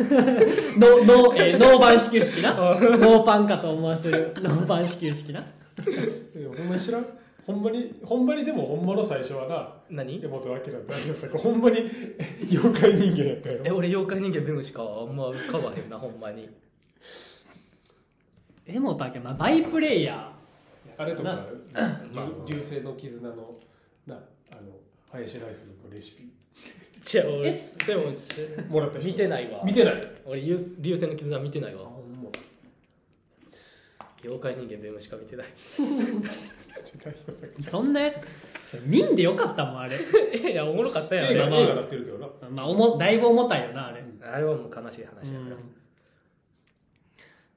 [SPEAKER 1] ノノえーノーバン始球式な
[SPEAKER 2] う
[SPEAKER 1] ノーパンかと思わせるノーパン始球式な
[SPEAKER 3] えほんまに知らんほんまに、ほんまにでもほんまの最初はな、
[SPEAKER 2] 何
[SPEAKER 3] 江本明代表作、ほんまに <laughs> 妖怪人間やったや
[SPEAKER 2] え
[SPEAKER 3] ろ。
[SPEAKER 2] 俺妖怪人間ベムしかあんま浮かばへんなほんまに
[SPEAKER 1] でもだけまあバイプレイヤ
[SPEAKER 3] あれと
[SPEAKER 1] な
[SPEAKER 3] か、
[SPEAKER 2] まあ
[SPEAKER 3] 流流星の絆の、な、あの、林ライスのレシピ。
[SPEAKER 2] じゃあ俺
[SPEAKER 1] え
[SPEAKER 2] でもし
[SPEAKER 3] もらった
[SPEAKER 2] <laughs>
[SPEAKER 3] 人
[SPEAKER 2] 見てないわ
[SPEAKER 3] 見てない。
[SPEAKER 2] 俺流流星の絆見てないわ
[SPEAKER 3] あ、ほんま。
[SPEAKER 2] 妖怪人間ベムしか見てない
[SPEAKER 3] 代表作
[SPEAKER 1] ーそんなやつ見んでよかったもんあれ、
[SPEAKER 2] <laughs> いやおもろかったや
[SPEAKER 3] 映
[SPEAKER 2] ん
[SPEAKER 3] 画
[SPEAKER 2] あ
[SPEAKER 1] ま
[SPEAKER 2] れ
[SPEAKER 1] あ
[SPEAKER 3] 映画なってるけどな。
[SPEAKER 1] まあ、おもだいぶ重たいよなあれ、
[SPEAKER 3] うん
[SPEAKER 2] あれはもう悲しい話や
[SPEAKER 1] う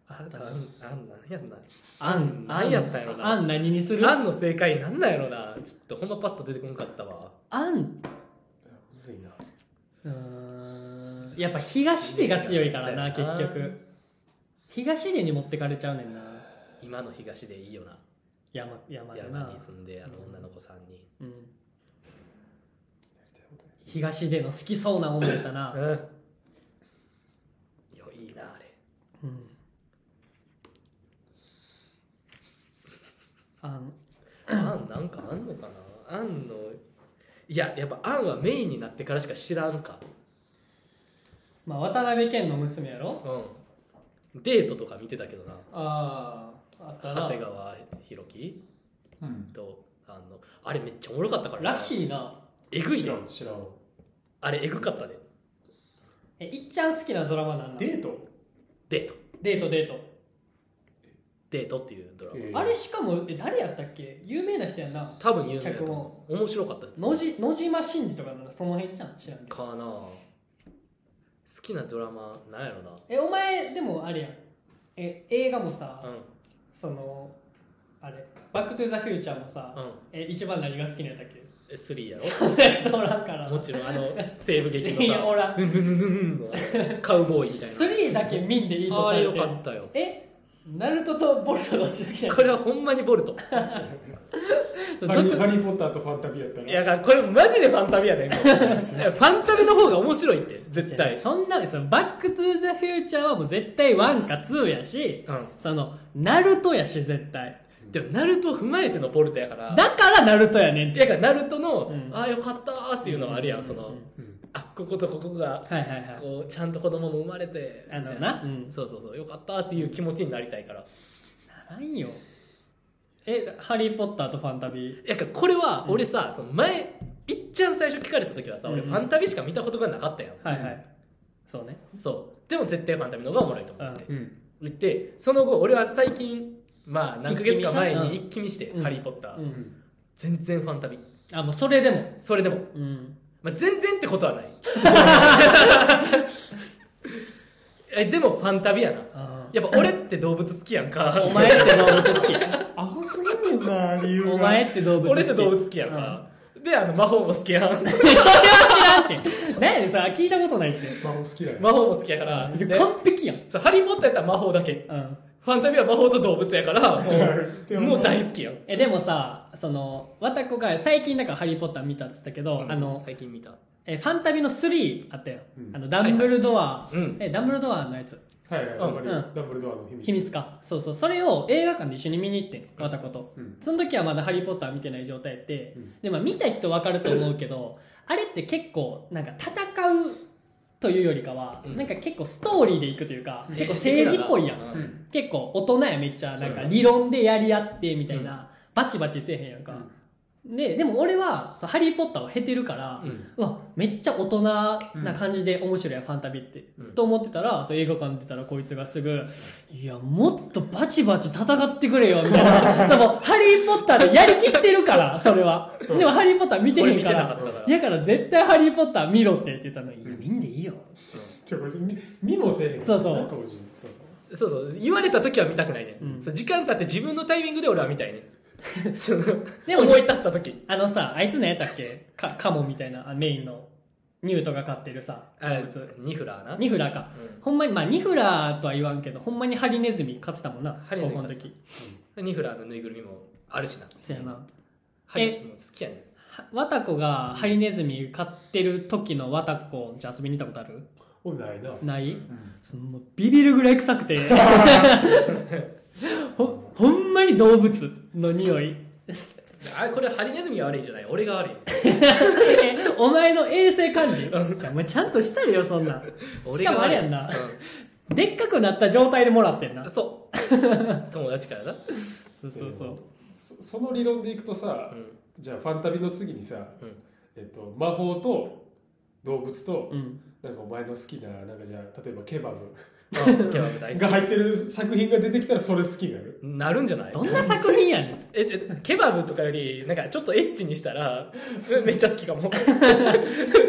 [SPEAKER 2] から
[SPEAKER 1] ん
[SPEAKER 2] あんたあんあんなんやんな
[SPEAKER 1] あん、
[SPEAKER 2] 何やったんやろな
[SPEAKER 1] あん何にする
[SPEAKER 2] あんの正解なんなんやろなちょっとほんまパッと出てこなかったわ
[SPEAKER 1] あん、
[SPEAKER 3] むずいな。
[SPEAKER 1] うーん、やっぱ東出が強いからな、結
[SPEAKER 2] そうやな
[SPEAKER 1] 局。東出に持ってかれちゃうねんな。
[SPEAKER 2] 今の東でいいよな
[SPEAKER 1] 山、山で
[SPEAKER 2] 山
[SPEAKER 1] な
[SPEAKER 2] に。住んであの女の子3人
[SPEAKER 1] うん。東出の好きそうな思いだな。
[SPEAKER 2] いやいいなあれ
[SPEAKER 1] うん。あん、
[SPEAKER 2] あんなんかあんのかなあんのいややっぱあんはメインになってからしか知らんか
[SPEAKER 1] まあ、渡辺謙の娘やろ
[SPEAKER 2] うんデートとか見てたけどな
[SPEAKER 1] ああ、あったな。
[SPEAKER 2] 長谷川博己
[SPEAKER 3] うん。
[SPEAKER 2] とあのあれめっちゃおもろかったからな
[SPEAKER 1] らしいな。
[SPEAKER 2] えぐい
[SPEAKER 3] 知ら
[SPEAKER 2] よ
[SPEAKER 3] ん、知らん。
[SPEAKER 2] あれえぐかったで
[SPEAKER 1] え、いっちゃん好きなドラマなんだ。
[SPEAKER 3] デート
[SPEAKER 2] デート
[SPEAKER 1] デート、デート。
[SPEAKER 2] デートっていうドラマ、
[SPEAKER 3] えー
[SPEAKER 1] あれしかも、え、誰やったっけ有名な人やんな。
[SPEAKER 2] 多分有名だと思う面白かったです
[SPEAKER 1] 野じ野島真司とかならその辺じゃん知らんけど
[SPEAKER 2] かな好きなドラマなんやろな
[SPEAKER 1] えお前でもあれやんえ映画もさ、
[SPEAKER 2] うん
[SPEAKER 1] そのあれ「バック・トゥ・ザ・フューチャー」もさ、
[SPEAKER 2] うん
[SPEAKER 1] え一番何が好きなんやったっけ <laughs>
[SPEAKER 2] え3やろ
[SPEAKER 1] そうらんから
[SPEAKER 2] もちろんあの西部劇
[SPEAKER 1] <laughs> いや
[SPEAKER 2] の
[SPEAKER 1] おら
[SPEAKER 2] さ
[SPEAKER 1] ん
[SPEAKER 2] ヌンヌンヌンヌン
[SPEAKER 1] <laughs>
[SPEAKER 2] のあのカウボーイみたいな
[SPEAKER 1] 3だけ見んでいいと
[SPEAKER 2] あ
[SPEAKER 1] さ
[SPEAKER 2] れ
[SPEAKER 1] れ
[SPEAKER 2] よ
[SPEAKER 1] て
[SPEAKER 2] かったよ
[SPEAKER 1] えナルトとボルトどっち好きな
[SPEAKER 2] <laughs> これはほんまにボルト
[SPEAKER 3] ハリーハ
[SPEAKER 1] の
[SPEAKER 3] リー・ポッターとファンタビーやった
[SPEAKER 2] い
[SPEAKER 3] ら。
[SPEAKER 2] やだからこれマジでファンタビやねんいやファンタビの方が面白いって絶対
[SPEAKER 1] そんなですよバック・トゥ・ザ・フューチャーはもう絶対1か2やし
[SPEAKER 2] う
[SPEAKER 1] そのナルトやし絶対
[SPEAKER 2] んでもナルトを踏まえてのボルトやから
[SPEAKER 1] だからナルトやねんっ
[SPEAKER 2] い
[SPEAKER 1] て
[SPEAKER 2] やだからナルトの、
[SPEAKER 1] うん
[SPEAKER 2] ああよかったーっていうのはあるやんその、
[SPEAKER 1] うん
[SPEAKER 3] うん
[SPEAKER 2] あこことここが
[SPEAKER 1] はいはいはい
[SPEAKER 2] こうちゃんと子供も生まれて
[SPEAKER 1] あのな
[SPEAKER 2] みたい
[SPEAKER 1] うん
[SPEAKER 2] そうそうそうよかったっていう気持ちになりたいから
[SPEAKER 1] ならんよえ、ハリー・ポッターとファンタビー。
[SPEAKER 2] なんかこれは俺さ、その前いっちゃん最初聞かれた時はさ、俺
[SPEAKER 1] うん
[SPEAKER 2] ファンタビしか見たことがなかったやん、
[SPEAKER 1] はいはい。そうね。
[SPEAKER 2] そうでも絶対ファンタビの方がおもろいと思って
[SPEAKER 3] うん。
[SPEAKER 2] 言ってその後俺は最近まあ何ヶ月か前に一気見して「
[SPEAKER 1] うん
[SPEAKER 2] ハリー・ポッター」
[SPEAKER 1] うん。
[SPEAKER 2] 全然ファンタビ
[SPEAKER 1] あ、もうそれでも。
[SPEAKER 2] それでも、
[SPEAKER 1] うん。
[SPEAKER 2] まあ、全然ってことはないえでもファンタビやな
[SPEAKER 1] あ
[SPEAKER 2] やっぱ俺って動物好きやんか
[SPEAKER 1] あお前って動物 <laughs> 好
[SPEAKER 3] アホすぎねんな、理由
[SPEAKER 1] き。
[SPEAKER 3] が。
[SPEAKER 1] お前って動物好き。
[SPEAKER 2] <laughs> 俺って動物好きやんか、であの魔法も好きやん
[SPEAKER 1] それは知らんって。何やねん、さ、聞いたことないって。
[SPEAKER 3] 魔法好きだよ。
[SPEAKER 2] 魔法も好きやから、で
[SPEAKER 1] 完璧やん。
[SPEAKER 2] そうハリー・ポッターやったら魔法だけ
[SPEAKER 1] うん。
[SPEAKER 2] ファンタビは魔法と動物やからも
[SPEAKER 3] 違うで
[SPEAKER 2] う
[SPEAKER 3] も
[SPEAKER 2] もう大好きやん
[SPEAKER 1] え、でもさ、その、わたこが最近だからハリーポッター見たって言ったけど、あの、
[SPEAKER 2] 最近見た
[SPEAKER 1] え、ファンタビーの3あったよ。
[SPEAKER 3] うん
[SPEAKER 1] あの、ダンブルドア、
[SPEAKER 2] いはいうん
[SPEAKER 1] え、ダンブルドアのやつ。
[SPEAKER 3] はいはい、
[SPEAKER 2] ん
[SPEAKER 3] わかるよ
[SPEAKER 1] うん
[SPEAKER 3] ダブルドアの秘密。
[SPEAKER 1] 秘密か。そうそう。それを映画館で一緒に見に行ってん、わたこと。
[SPEAKER 3] うん
[SPEAKER 1] その時はまだハリーポッター見てない状態って、
[SPEAKER 3] うん
[SPEAKER 1] で、まあ見た人わかると思うけど、あれって結構、なんか戦うというよりかは、
[SPEAKER 2] うん
[SPEAKER 1] なんか結構ストーリーでいくというか、結構政治っぽいやん。
[SPEAKER 2] う
[SPEAKER 3] うん。
[SPEAKER 1] 結構大人やめっちゃなん
[SPEAKER 3] そう
[SPEAKER 1] か
[SPEAKER 3] やな
[SPEAKER 1] 理論でやり合ってみたいな、バチバチせえへんやんか、ででも俺はそうハリー・ポッター」を経てるから、う
[SPEAKER 2] うん
[SPEAKER 1] わめっちゃ大人な感じで面白いやんファンタビーって、
[SPEAKER 2] うん
[SPEAKER 1] と思ってたらそう映画館出たらこいつがすぐ「いやもっとバチバチ戦ってくれよ」みたい
[SPEAKER 2] <laughs>
[SPEAKER 1] なそうもうハリー・ポッター」でやりきってるからそれはでも「ハリー・ポッター」見てへ
[SPEAKER 2] 俺
[SPEAKER 1] ん
[SPEAKER 2] 見
[SPEAKER 1] か
[SPEAKER 2] てなからったから
[SPEAKER 1] いやから絶対「ハリー・ポッター」見ろってって言ったのに「いや見んでいいよ」
[SPEAKER 3] ちょ、これ、み見もせえへん。
[SPEAKER 1] そうそう
[SPEAKER 3] 当時。そう。
[SPEAKER 2] そうそう言われた時は見たくないね、
[SPEAKER 1] うん
[SPEAKER 2] そう時間経って自分のタイミングで俺は見た
[SPEAKER 1] <laughs>
[SPEAKER 2] いねその
[SPEAKER 1] でも
[SPEAKER 2] 思い立った時
[SPEAKER 1] あのさ、あいつ何やったっけか、カモみたいな、あメインの、ニュートが飼ってるさ、
[SPEAKER 2] あ
[SPEAKER 1] 動物。
[SPEAKER 2] ニフラーな
[SPEAKER 1] ニフラーか。
[SPEAKER 2] う
[SPEAKER 1] ほんまに、まあニフラーとは言わんけど、ほんまにハリネズミ飼ってたもんな、
[SPEAKER 2] ハリネズミ
[SPEAKER 1] 高校の
[SPEAKER 2] 飼ってた
[SPEAKER 1] 時。
[SPEAKER 2] んニフラーのぬいぐるみもあるしな
[SPEAKER 1] そうやな。
[SPEAKER 2] はいもう好きやね
[SPEAKER 1] はわたこがハリネズミ飼ってる時のわたこ、じゃあ遊びに行ったことある
[SPEAKER 3] お、ないな。
[SPEAKER 1] ない
[SPEAKER 3] うん
[SPEAKER 1] そのもうビビるぐらい臭くて。ほ、ほんまに動物の匂い。 <laughs>
[SPEAKER 2] あこれハリネズミが悪いんじゃない俺が悪い
[SPEAKER 1] えお前の衛生管理。じゃあお前ちゃんとしたるよ、そんなん。
[SPEAKER 2] 俺
[SPEAKER 1] しか
[SPEAKER 2] が
[SPEAKER 1] もあ
[SPEAKER 2] 悪い
[SPEAKER 1] れやんな。でっかくなった状態でもらってんな
[SPEAKER 2] うん。そ
[SPEAKER 1] <laughs>
[SPEAKER 2] う友達からな、
[SPEAKER 1] そうそうそう。
[SPEAKER 3] そその理論でいくとさ
[SPEAKER 2] う、ん
[SPEAKER 3] じゃあファンタビの次にさ、
[SPEAKER 1] <laughs>
[SPEAKER 2] うん
[SPEAKER 3] えっと、魔法と動物と、
[SPEAKER 1] うん。
[SPEAKER 3] なんかお前の好きな、なんかじゃあ、例えばケバブ
[SPEAKER 2] まあ、ケバブ大
[SPEAKER 3] が
[SPEAKER 2] 好
[SPEAKER 3] 入ってる作品が出てきたらそれ好きになる。
[SPEAKER 2] きなるんじゃない
[SPEAKER 1] どんな作品やねん。
[SPEAKER 2] ええケバブとかよりなんかちょっとエッチにしたらえめっちゃ好
[SPEAKER 1] <laughs>
[SPEAKER 2] きかも普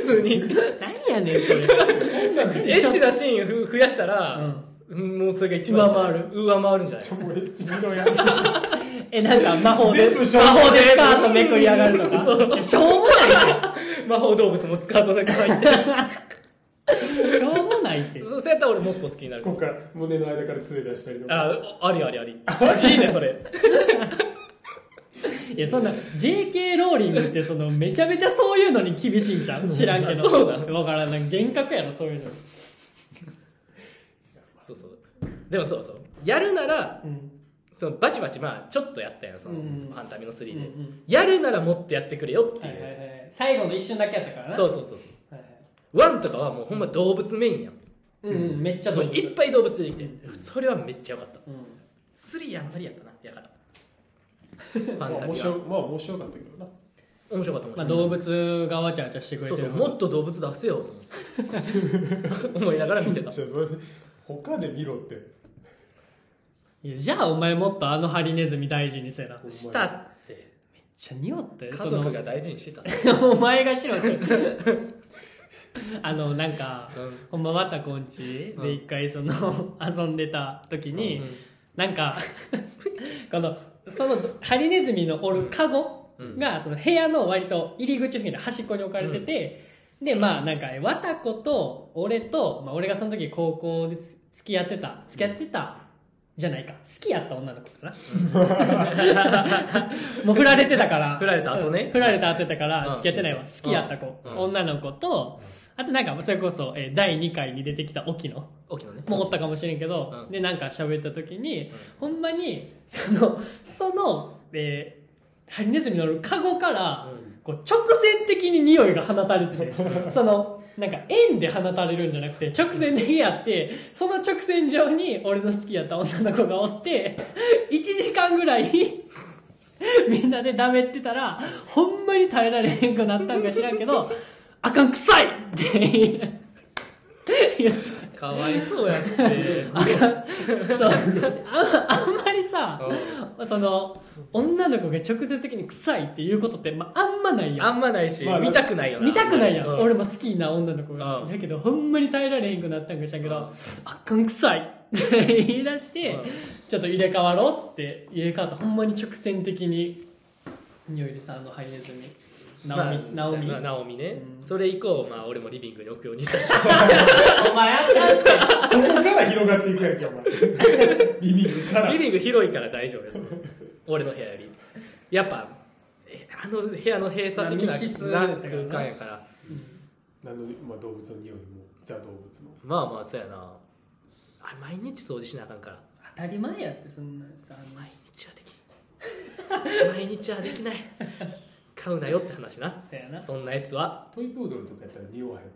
[SPEAKER 2] 通に
[SPEAKER 1] 何やねん、これ。
[SPEAKER 3] そんなの
[SPEAKER 2] エッチなシーンふ増やしたら、
[SPEAKER 1] うん
[SPEAKER 2] もうそれが一番
[SPEAKER 1] 上回る
[SPEAKER 2] 上回るんじゃない
[SPEAKER 3] ちょもうエッチ見
[SPEAKER 2] <laughs>
[SPEAKER 3] ろや。
[SPEAKER 1] え、なんか魔法で、魔
[SPEAKER 3] 全部
[SPEAKER 1] 法でス
[SPEAKER 3] しょ
[SPEAKER 1] カ
[SPEAKER 3] うもない
[SPEAKER 1] ートめくり上がると
[SPEAKER 2] そ
[SPEAKER 1] か。しょうもない
[SPEAKER 2] 魔法動物もスカートだけ入って
[SPEAKER 1] って。 <laughs> しょうもないって。
[SPEAKER 2] そうそうやったら俺もっと好きになるか
[SPEAKER 3] こ
[SPEAKER 2] も
[SPEAKER 3] こから胸の間から杖出したりとか。
[SPEAKER 2] あありありありいいねそれ
[SPEAKER 1] いや、そんな、JK ローリングって、その、めちゃめちゃそういうのに厳しいんじゃん知らんけど。
[SPEAKER 2] そうなの
[SPEAKER 1] わからんない。幻覚やろ、そういうの。
[SPEAKER 2] そうそうでもそうそうやるなら
[SPEAKER 1] うん。
[SPEAKER 2] そのバチバチまあちょっとやったやんその、
[SPEAKER 1] うん
[SPEAKER 2] ファンタミの3
[SPEAKER 1] う
[SPEAKER 2] で、
[SPEAKER 1] んうん
[SPEAKER 2] やるならもっとやってくれよって、
[SPEAKER 1] はいいうはいはい。最後の一瞬だけやったからな。。
[SPEAKER 2] そううそうそうそ
[SPEAKER 1] はいはい、
[SPEAKER 2] うワンとかはもうほんま動物メインやん
[SPEAKER 1] うんうん、めっちゃ
[SPEAKER 2] も
[SPEAKER 1] 動
[SPEAKER 2] う
[SPEAKER 1] 物。
[SPEAKER 2] いっぱい動物出てきて
[SPEAKER 1] うん
[SPEAKER 2] それはめっちゃ良かった
[SPEAKER 1] うん。
[SPEAKER 2] 3あんまりやったなやからファン
[SPEAKER 3] まあ
[SPEAKER 2] タミは
[SPEAKER 3] 面白まあ面白かったけどな。
[SPEAKER 2] 面白かった面白かった
[SPEAKER 1] まあ、動物がわちゃわちゃしてくれ
[SPEAKER 2] そう
[SPEAKER 1] て
[SPEAKER 2] そう
[SPEAKER 1] る
[SPEAKER 2] もっと動物出せよ <laughs> と思って思いながら見てた
[SPEAKER 3] じゃあそれ他で見ろって。
[SPEAKER 1] いやじゃあお前もっとあのハリネズミ大事にせな。めっ
[SPEAKER 2] したって
[SPEAKER 1] ちゃ匂って
[SPEAKER 2] 家
[SPEAKER 1] そ
[SPEAKER 2] 族
[SPEAKER 1] の
[SPEAKER 2] が大事にしてた
[SPEAKER 1] お前がしろ
[SPEAKER 2] <laughs>
[SPEAKER 1] って。あの、なんか、
[SPEAKER 2] う
[SPEAKER 1] ほんままたこんち
[SPEAKER 2] うん
[SPEAKER 1] で一回その、 <laughs> 遊んでた時に、
[SPEAKER 2] うん
[SPEAKER 1] なんか、この、そのハリネズミのおるカゴ
[SPEAKER 2] うん
[SPEAKER 1] が、その部屋の割と入り口付近の端っこに置かれてて、で、まあなんか、わたこと俺と、まあ俺がその時高校でつ付き合ってた、付き合ってた、じゃないか。好きやった女の子かな。
[SPEAKER 2] <laughs>
[SPEAKER 1] もう振られてたから。
[SPEAKER 2] 振られた後ね
[SPEAKER 1] うん振られた後やったから、
[SPEAKER 2] うん
[SPEAKER 1] 付き合ってないわ。好きやった子。
[SPEAKER 2] うん
[SPEAKER 1] 女の子と、あとなんか、それこそ、えー第2回に出てきた沖野。
[SPEAKER 2] 沖野ね
[SPEAKER 1] もおったかもしれんけど、
[SPEAKER 2] うん
[SPEAKER 1] でなんか喋った時に、
[SPEAKER 2] う
[SPEAKER 1] ほんまにそのその、えーハリネズミのカゴから、
[SPEAKER 2] うん
[SPEAKER 1] こう直線的に匂いが放たれててそのなんか円で放たれるんじゃなくて直線的にやってその直線上に俺の好きやった女の子がおって1時間ぐらいみんなでダメってたらほんまに耐えられへんくなったんか知らんけど「あかん臭い!」って言って
[SPEAKER 2] かわいそうやって
[SPEAKER 1] あかんそうああんまりさその女の子が直接的に臭いっていうことって、まあ、あんまないやん
[SPEAKER 2] あんまないし、
[SPEAKER 3] まあ
[SPEAKER 2] 見たくないよな
[SPEAKER 1] 見たくないやん、
[SPEAKER 2] う
[SPEAKER 1] 俺も好きな女の子が
[SPEAKER 2] うん
[SPEAKER 1] やけどほんまに耐えられへんくなったんか知らんけど、
[SPEAKER 2] うん
[SPEAKER 1] あっかん臭いって言い出して、
[SPEAKER 2] うん
[SPEAKER 1] ちょっと入れ替わろうっつって入れ替わったほんまに直線的に匂いでさんのハイネズミ
[SPEAKER 2] まあ
[SPEAKER 1] ナオミナオミ
[SPEAKER 2] まあナオミね、
[SPEAKER 1] うん
[SPEAKER 2] それ以降、まあ、俺もリビングに置くようにし
[SPEAKER 1] <laughs>
[SPEAKER 2] たし
[SPEAKER 1] お前あかんって
[SPEAKER 3] そこから広がっていくやんけ、お前。 <laughs> リビングから。
[SPEAKER 2] リビング広いから大丈夫です俺の部屋よりやっぱえあの部屋の閉鎖的
[SPEAKER 1] ま
[SPEAKER 2] な
[SPEAKER 1] あ密室
[SPEAKER 2] な空間やから
[SPEAKER 3] なのに、まあ、動物の匂いも、ザ動物の。
[SPEAKER 2] まあまあそうやなあ毎日掃除しなあかんから
[SPEAKER 1] 当たり前やってそんなさ
[SPEAKER 2] 毎日はできん毎日はできない買うなよって話な
[SPEAKER 1] そやな
[SPEAKER 2] そんなやつは
[SPEAKER 3] トイプードルとかやったら匂わへん。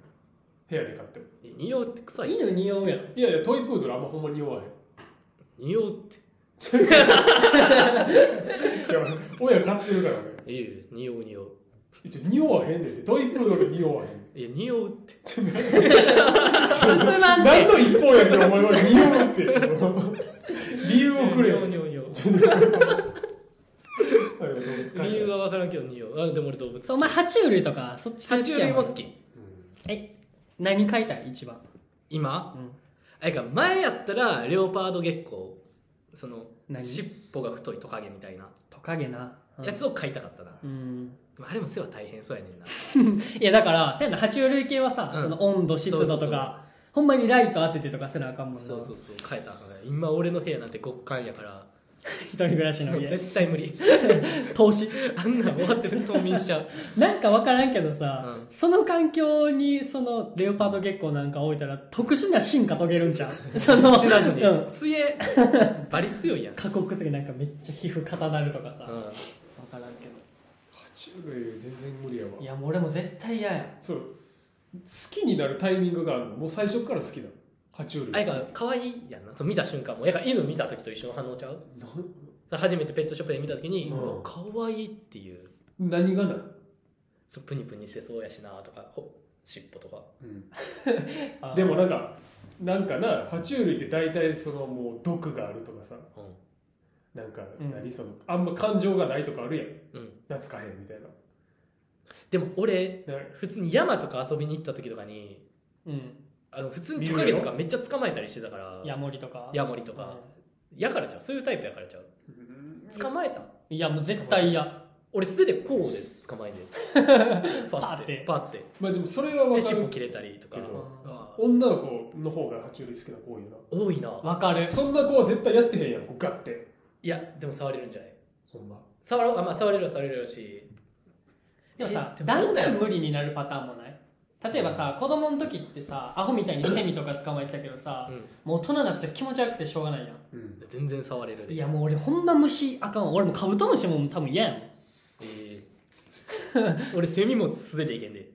[SPEAKER 3] 部屋で飼っても。
[SPEAKER 2] え匂うって臭い
[SPEAKER 1] 犬匂うやん
[SPEAKER 3] いやいや、トイプードルあんまほんま匂わへ <laughs> ん。
[SPEAKER 2] 匂うって
[SPEAKER 3] じゃあ、親飼ってるからね。
[SPEAKER 2] いや匂う匂う
[SPEAKER 3] 一応、匂わへんねんって、トイプードル匂 <laughs> わへん。
[SPEAKER 2] いや匂うって
[SPEAKER 3] ちょ
[SPEAKER 2] <laughs>
[SPEAKER 1] すまんね
[SPEAKER 3] 何の一方やけど、お前は匂うって。ちょその理由をくれよ。
[SPEAKER 2] 匂う匂う
[SPEAKER 3] あでも動物飼い
[SPEAKER 2] 理由は分からんけど匂うあでも俺動物
[SPEAKER 1] そうお前爬虫類とかそっち系
[SPEAKER 2] 爬
[SPEAKER 1] 好き
[SPEAKER 2] 虫
[SPEAKER 1] やん
[SPEAKER 2] 類も好き
[SPEAKER 3] うん
[SPEAKER 1] え何書いたい一番、
[SPEAKER 2] 今
[SPEAKER 1] うん、
[SPEAKER 2] あれか前やったらレオパード月光その
[SPEAKER 1] 何
[SPEAKER 2] 尻尾が太いトカゲみたいな
[SPEAKER 1] トカゲな、うん
[SPEAKER 2] やつを飼いたかったな、
[SPEAKER 1] うん
[SPEAKER 2] でもあれも世話大変そうやねんない
[SPEAKER 1] やだからせやな爬虫類系はさ、
[SPEAKER 2] うん
[SPEAKER 1] その温度湿度とか
[SPEAKER 2] そうそうそう
[SPEAKER 1] ほんまにライト当ててとかせなあかんもんな
[SPEAKER 2] そうそうそう飼えたらあかんから今俺の部屋なんて極寒やから
[SPEAKER 1] 一人暮らしの
[SPEAKER 2] もう
[SPEAKER 1] 家
[SPEAKER 2] 絶対無理
[SPEAKER 1] <laughs> 投資
[SPEAKER 2] <laughs> あんなん終わってる冬眠しちゃう
[SPEAKER 1] なんか分からんけどさ、
[SPEAKER 2] う
[SPEAKER 1] その環境にそのレオパード月光なんか置いたら特殊な進化遂げるんじゃんその
[SPEAKER 2] 知らずに、
[SPEAKER 1] うん、
[SPEAKER 2] 強えバリ強いやん、
[SPEAKER 1] 過酷すぎなんかめっちゃ皮膚固なるとかさ、
[SPEAKER 2] うん
[SPEAKER 1] 分からんけど
[SPEAKER 3] 爬虫類全然無理やわ
[SPEAKER 1] いやもう俺も絶対嫌や
[SPEAKER 3] そう好きになるタイミングがあるのもう最初から好きだ爬虫類
[SPEAKER 2] あ
[SPEAKER 3] 好
[SPEAKER 2] れ
[SPEAKER 3] き
[SPEAKER 2] か可愛いやんなそう見た瞬間もやっぱ犬見た時と一緒の反応ちゃう初めてペットショップで見た時に、
[SPEAKER 3] うん
[SPEAKER 2] うわ可愛いっていう
[SPEAKER 3] な何がない、
[SPEAKER 2] そうプニプニしてそうやしなとかほ尻尾とか
[SPEAKER 1] あー
[SPEAKER 3] でもなんかなんかな爬虫類って大体そのもう毒があるとかさ
[SPEAKER 2] う
[SPEAKER 3] なんか
[SPEAKER 1] うん
[SPEAKER 3] 何その、あんま感情がないとかあるやん
[SPEAKER 2] ん、うん、
[SPEAKER 3] 夏かへんみたい
[SPEAKER 2] でも俺
[SPEAKER 3] なな
[SPEAKER 2] 普通に山とか遊びに行った時とかに
[SPEAKER 1] うん
[SPEAKER 2] あの普通にトカゲとかめっちゃ捕まえたりしてたから
[SPEAKER 1] ヤモリとか
[SPEAKER 2] ヤモリとか、やからちゃうそういうタイプやからちゃう捕まえた
[SPEAKER 1] うんいやもう絶対嫌
[SPEAKER 2] 俺素手でこうです捕まえてパ
[SPEAKER 1] パ
[SPEAKER 2] ッ
[SPEAKER 1] ってて
[SPEAKER 2] パッて
[SPEAKER 3] まあでもそれは
[SPEAKER 2] で
[SPEAKER 3] 分か
[SPEAKER 2] 尻尾
[SPEAKER 3] る
[SPEAKER 2] 切れたりとか
[SPEAKER 3] けど
[SPEAKER 2] うわ
[SPEAKER 3] 女の子の方が爬虫類好きな子多いよ
[SPEAKER 2] 多いな
[SPEAKER 1] 分かる
[SPEAKER 3] なそんな子は絶対やってへんやんこうガッて
[SPEAKER 2] いやでも触れるんじゃない
[SPEAKER 3] ほんま
[SPEAKER 2] 触ろうあまあ触れるは触れるやし
[SPEAKER 1] でもさ
[SPEAKER 2] え、
[SPEAKER 1] だ
[SPEAKER 2] ど
[SPEAKER 1] ん
[SPEAKER 2] う
[SPEAKER 1] だ
[SPEAKER 2] や
[SPEAKER 1] ん
[SPEAKER 2] ろ
[SPEAKER 1] 無理になるパターンもない例えばさ、子供の時ってさ、アホみたいにセミとか捕まえてたけどさ、
[SPEAKER 2] う
[SPEAKER 1] もう大人になって気持ち悪くてしょうがないやん。
[SPEAKER 3] うん
[SPEAKER 2] ん全然触れるで
[SPEAKER 1] いや、もう俺ほんま虫あかんわ。俺もカブトムシも多分嫌や
[SPEAKER 2] えー俺セミも素手でいけんで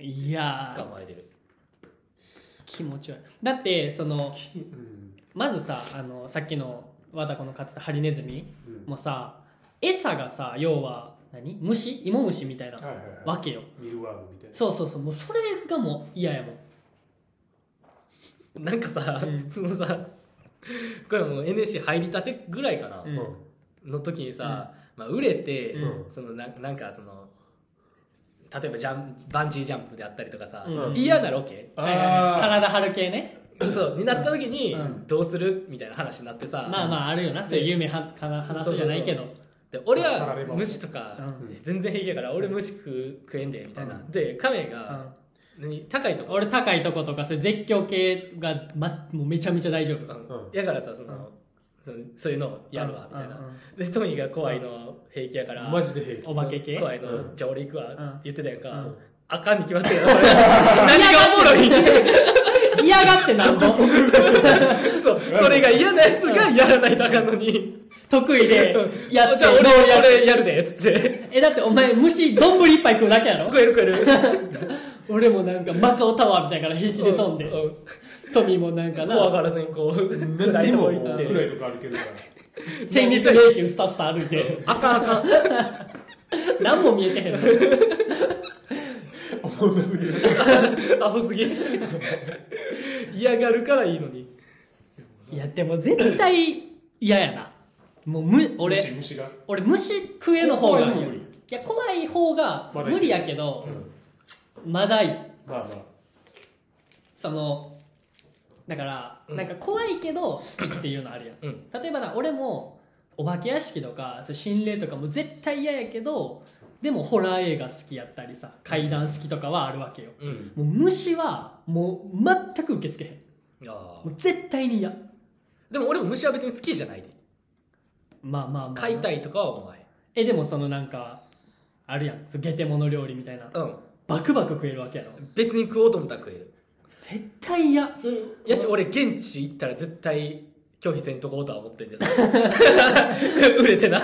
[SPEAKER 1] ん。いや
[SPEAKER 2] 捕
[SPEAKER 1] ー、
[SPEAKER 2] まえてる
[SPEAKER 1] 気持ち悪い。だって、その、
[SPEAKER 3] うん
[SPEAKER 1] まずさ、あの、さっきの和田子の飼ってたハリネズミ
[SPEAKER 3] うん
[SPEAKER 1] もさ、餌がさ、要は、何虫芋虫みたいな
[SPEAKER 3] はいはいは
[SPEAKER 1] わけよ。
[SPEAKER 3] いミルワームみたいな
[SPEAKER 1] そうそうそう、もうそれがもう嫌やもん。
[SPEAKER 2] なんかさ、
[SPEAKER 1] うん
[SPEAKER 2] そのさこれはもう NSC 入りたてぐらいかな、
[SPEAKER 1] うん
[SPEAKER 2] の時にさ、まあ、売れて、
[SPEAKER 1] うん
[SPEAKER 2] そのななんかその例えばジャンバンジージャンプであったりとかさ、
[SPEAKER 1] うん
[SPEAKER 2] 嫌なロケ
[SPEAKER 3] あ
[SPEAKER 1] はいはいはい
[SPEAKER 3] ー
[SPEAKER 1] 体張る系ね。
[SPEAKER 2] そうになった時に、
[SPEAKER 1] うん
[SPEAKER 2] どうするみたいな話になってさ、
[SPEAKER 1] まあまあ、あるよな、そういう夢はかな話すじゃないけど。
[SPEAKER 2] で俺
[SPEAKER 3] たら
[SPEAKER 2] は
[SPEAKER 3] れば
[SPEAKER 2] 虫とか、
[SPEAKER 1] うん
[SPEAKER 2] 全然平気やから俺虫食う食えんでみたいな、で亀が、何高いとこ
[SPEAKER 1] 俺高いとことかそういう絶叫系が、ま、もうめちゃめちゃ大丈夫
[SPEAKER 2] う
[SPEAKER 1] うん
[SPEAKER 2] ん
[SPEAKER 3] うん
[SPEAKER 2] やからさその、そのそういうのをやるわみたいな、でトミーが怖いの平気やから、
[SPEAKER 3] マジで平気
[SPEAKER 1] お化け系
[SPEAKER 2] 怖いの、
[SPEAKER 3] うん
[SPEAKER 2] じゃあ俺行くわって
[SPEAKER 1] うん
[SPEAKER 2] 言ってたやんか、
[SPEAKER 1] うん
[SPEAKER 2] あかんに決まってるよそれ何がおもろい
[SPEAKER 1] <laughs> 嫌がってなんぼ
[SPEAKER 2] そうそれが嫌なやつがやらないとあかんのに
[SPEAKER 1] 得意
[SPEAKER 2] <laughs>
[SPEAKER 1] でやっ
[SPEAKER 2] じ
[SPEAKER 1] て
[SPEAKER 2] ゃあ
[SPEAKER 1] どう
[SPEAKER 2] 俺
[SPEAKER 1] や
[SPEAKER 2] や
[SPEAKER 1] る
[SPEAKER 2] るやるでっつって
[SPEAKER 1] えだってお前虫丼いっ <laughs> ぱい食うだけやろ
[SPEAKER 2] 食える食える
[SPEAKER 1] 俺もなんかマカオタワーみたいなから平気で飛んで
[SPEAKER 2] う
[SPEAKER 1] トミーもなんか
[SPEAKER 2] 怖
[SPEAKER 1] な
[SPEAKER 2] がらずにこう <laughs>
[SPEAKER 3] 何でも
[SPEAKER 2] 行
[SPEAKER 1] <laughs>
[SPEAKER 3] 暗いとこ歩けるから
[SPEAKER 1] 戦慄迷宮スタスタ歩いて
[SPEAKER 2] あかんあかん。
[SPEAKER 1] 何も見えてへんの
[SPEAKER 3] おもろすぎる
[SPEAKER 2] アホすぎ。嫌がるからいいのに。
[SPEAKER 1] いやでも絶対嫌やなもうむ俺
[SPEAKER 3] 虫虫が
[SPEAKER 1] 俺虫食えの方がい
[SPEAKER 3] 怖いの無理
[SPEAKER 1] や怖い方が
[SPEAKER 3] まだいい
[SPEAKER 1] 無理やけどまだいい
[SPEAKER 3] まあまあ
[SPEAKER 1] そのだから、
[SPEAKER 2] うん
[SPEAKER 1] なんか怖いけど好きっていうのあるやん、
[SPEAKER 2] うん
[SPEAKER 1] 例えばな俺もお化け屋敷とかそういう心霊とかも絶対嫌やけどでもホラー映画好きやったりさ怪談好きとかはあるわけよ
[SPEAKER 2] うん。
[SPEAKER 1] もう虫はもう全く受け付けへん
[SPEAKER 2] あ
[SPEAKER 1] もう絶対に嫌
[SPEAKER 2] でも俺も虫は別に好きじゃないで。
[SPEAKER 1] まあまあまあ
[SPEAKER 2] 飼いたいとかはお前。
[SPEAKER 1] えでもそのなんかあるやんそうゲテモノ料理みたいな
[SPEAKER 2] う
[SPEAKER 1] バクバク食えるわけやろ
[SPEAKER 2] ん。別に食おうと思ったら食える。
[SPEAKER 1] 絶対嫌
[SPEAKER 3] そういう
[SPEAKER 2] いやし、俺現地行ったら絶対拒否せんとこうとは思ってんです。 <laughs> 売れてな。
[SPEAKER 1] い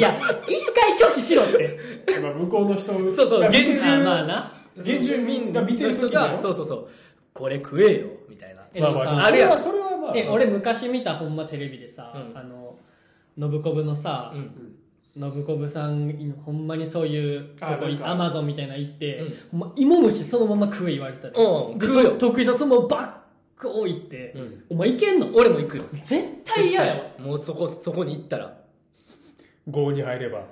[SPEAKER 1] や一回拒否しろって
[SPEAKER 2] <laughs>
[SPEAKER 3] まあ向こうの人そう
[SPEAKER 2] そう
[SPEAKER 3] 現
[SPEAKER 2] 厳
[SPEAKER 1] あ
[SPEAKER 3] 住
[SPEAKER 1] まあな
[SPEAKER 3] 現住民が見てる時だよ
[SPEAKER 2] そうそうそう。これ食えよ、みたいな。
[SPEAKER 1] えでもさ、
[SPEAKER 3] まあまあ
[SPEAKER 2] あるやん
[SPEAKER 3] それはそれはまあ
[SPEAKER 1] え俺昔見たほんまテレビでさ、
[SPEAKER 2] うん
[SPEAKER 1] あの信子部のさ、
[SPEAKER 2] うん。
[SPEAKER 1] 信子部さんほんまにそういうと
[SPEAKER 3] あ
[SPEAKER 1] こ
[SPEAKER 3] なんか
[SPEAKER 1] アマゾンみたいなの行って、
[SPEAKER 2] うん
[SPEAKER 1] ほんま芋虫そのまま食え言われてたで
[SPEAKER 2] うん、食うよ。
[SPEAKER 1] 得意さそのままバック置いて、
[SPEAKER 2] うん。
[SPEAKER 1] お前いけんの
[SPEAKER 2] 俺も行くよ。
[SPEAKER 1] 絶対嫌やわ
[SPEAKER 2] 絶対もうそこ、そこに行ったら。
[SPEAKER 3] 郷に入れば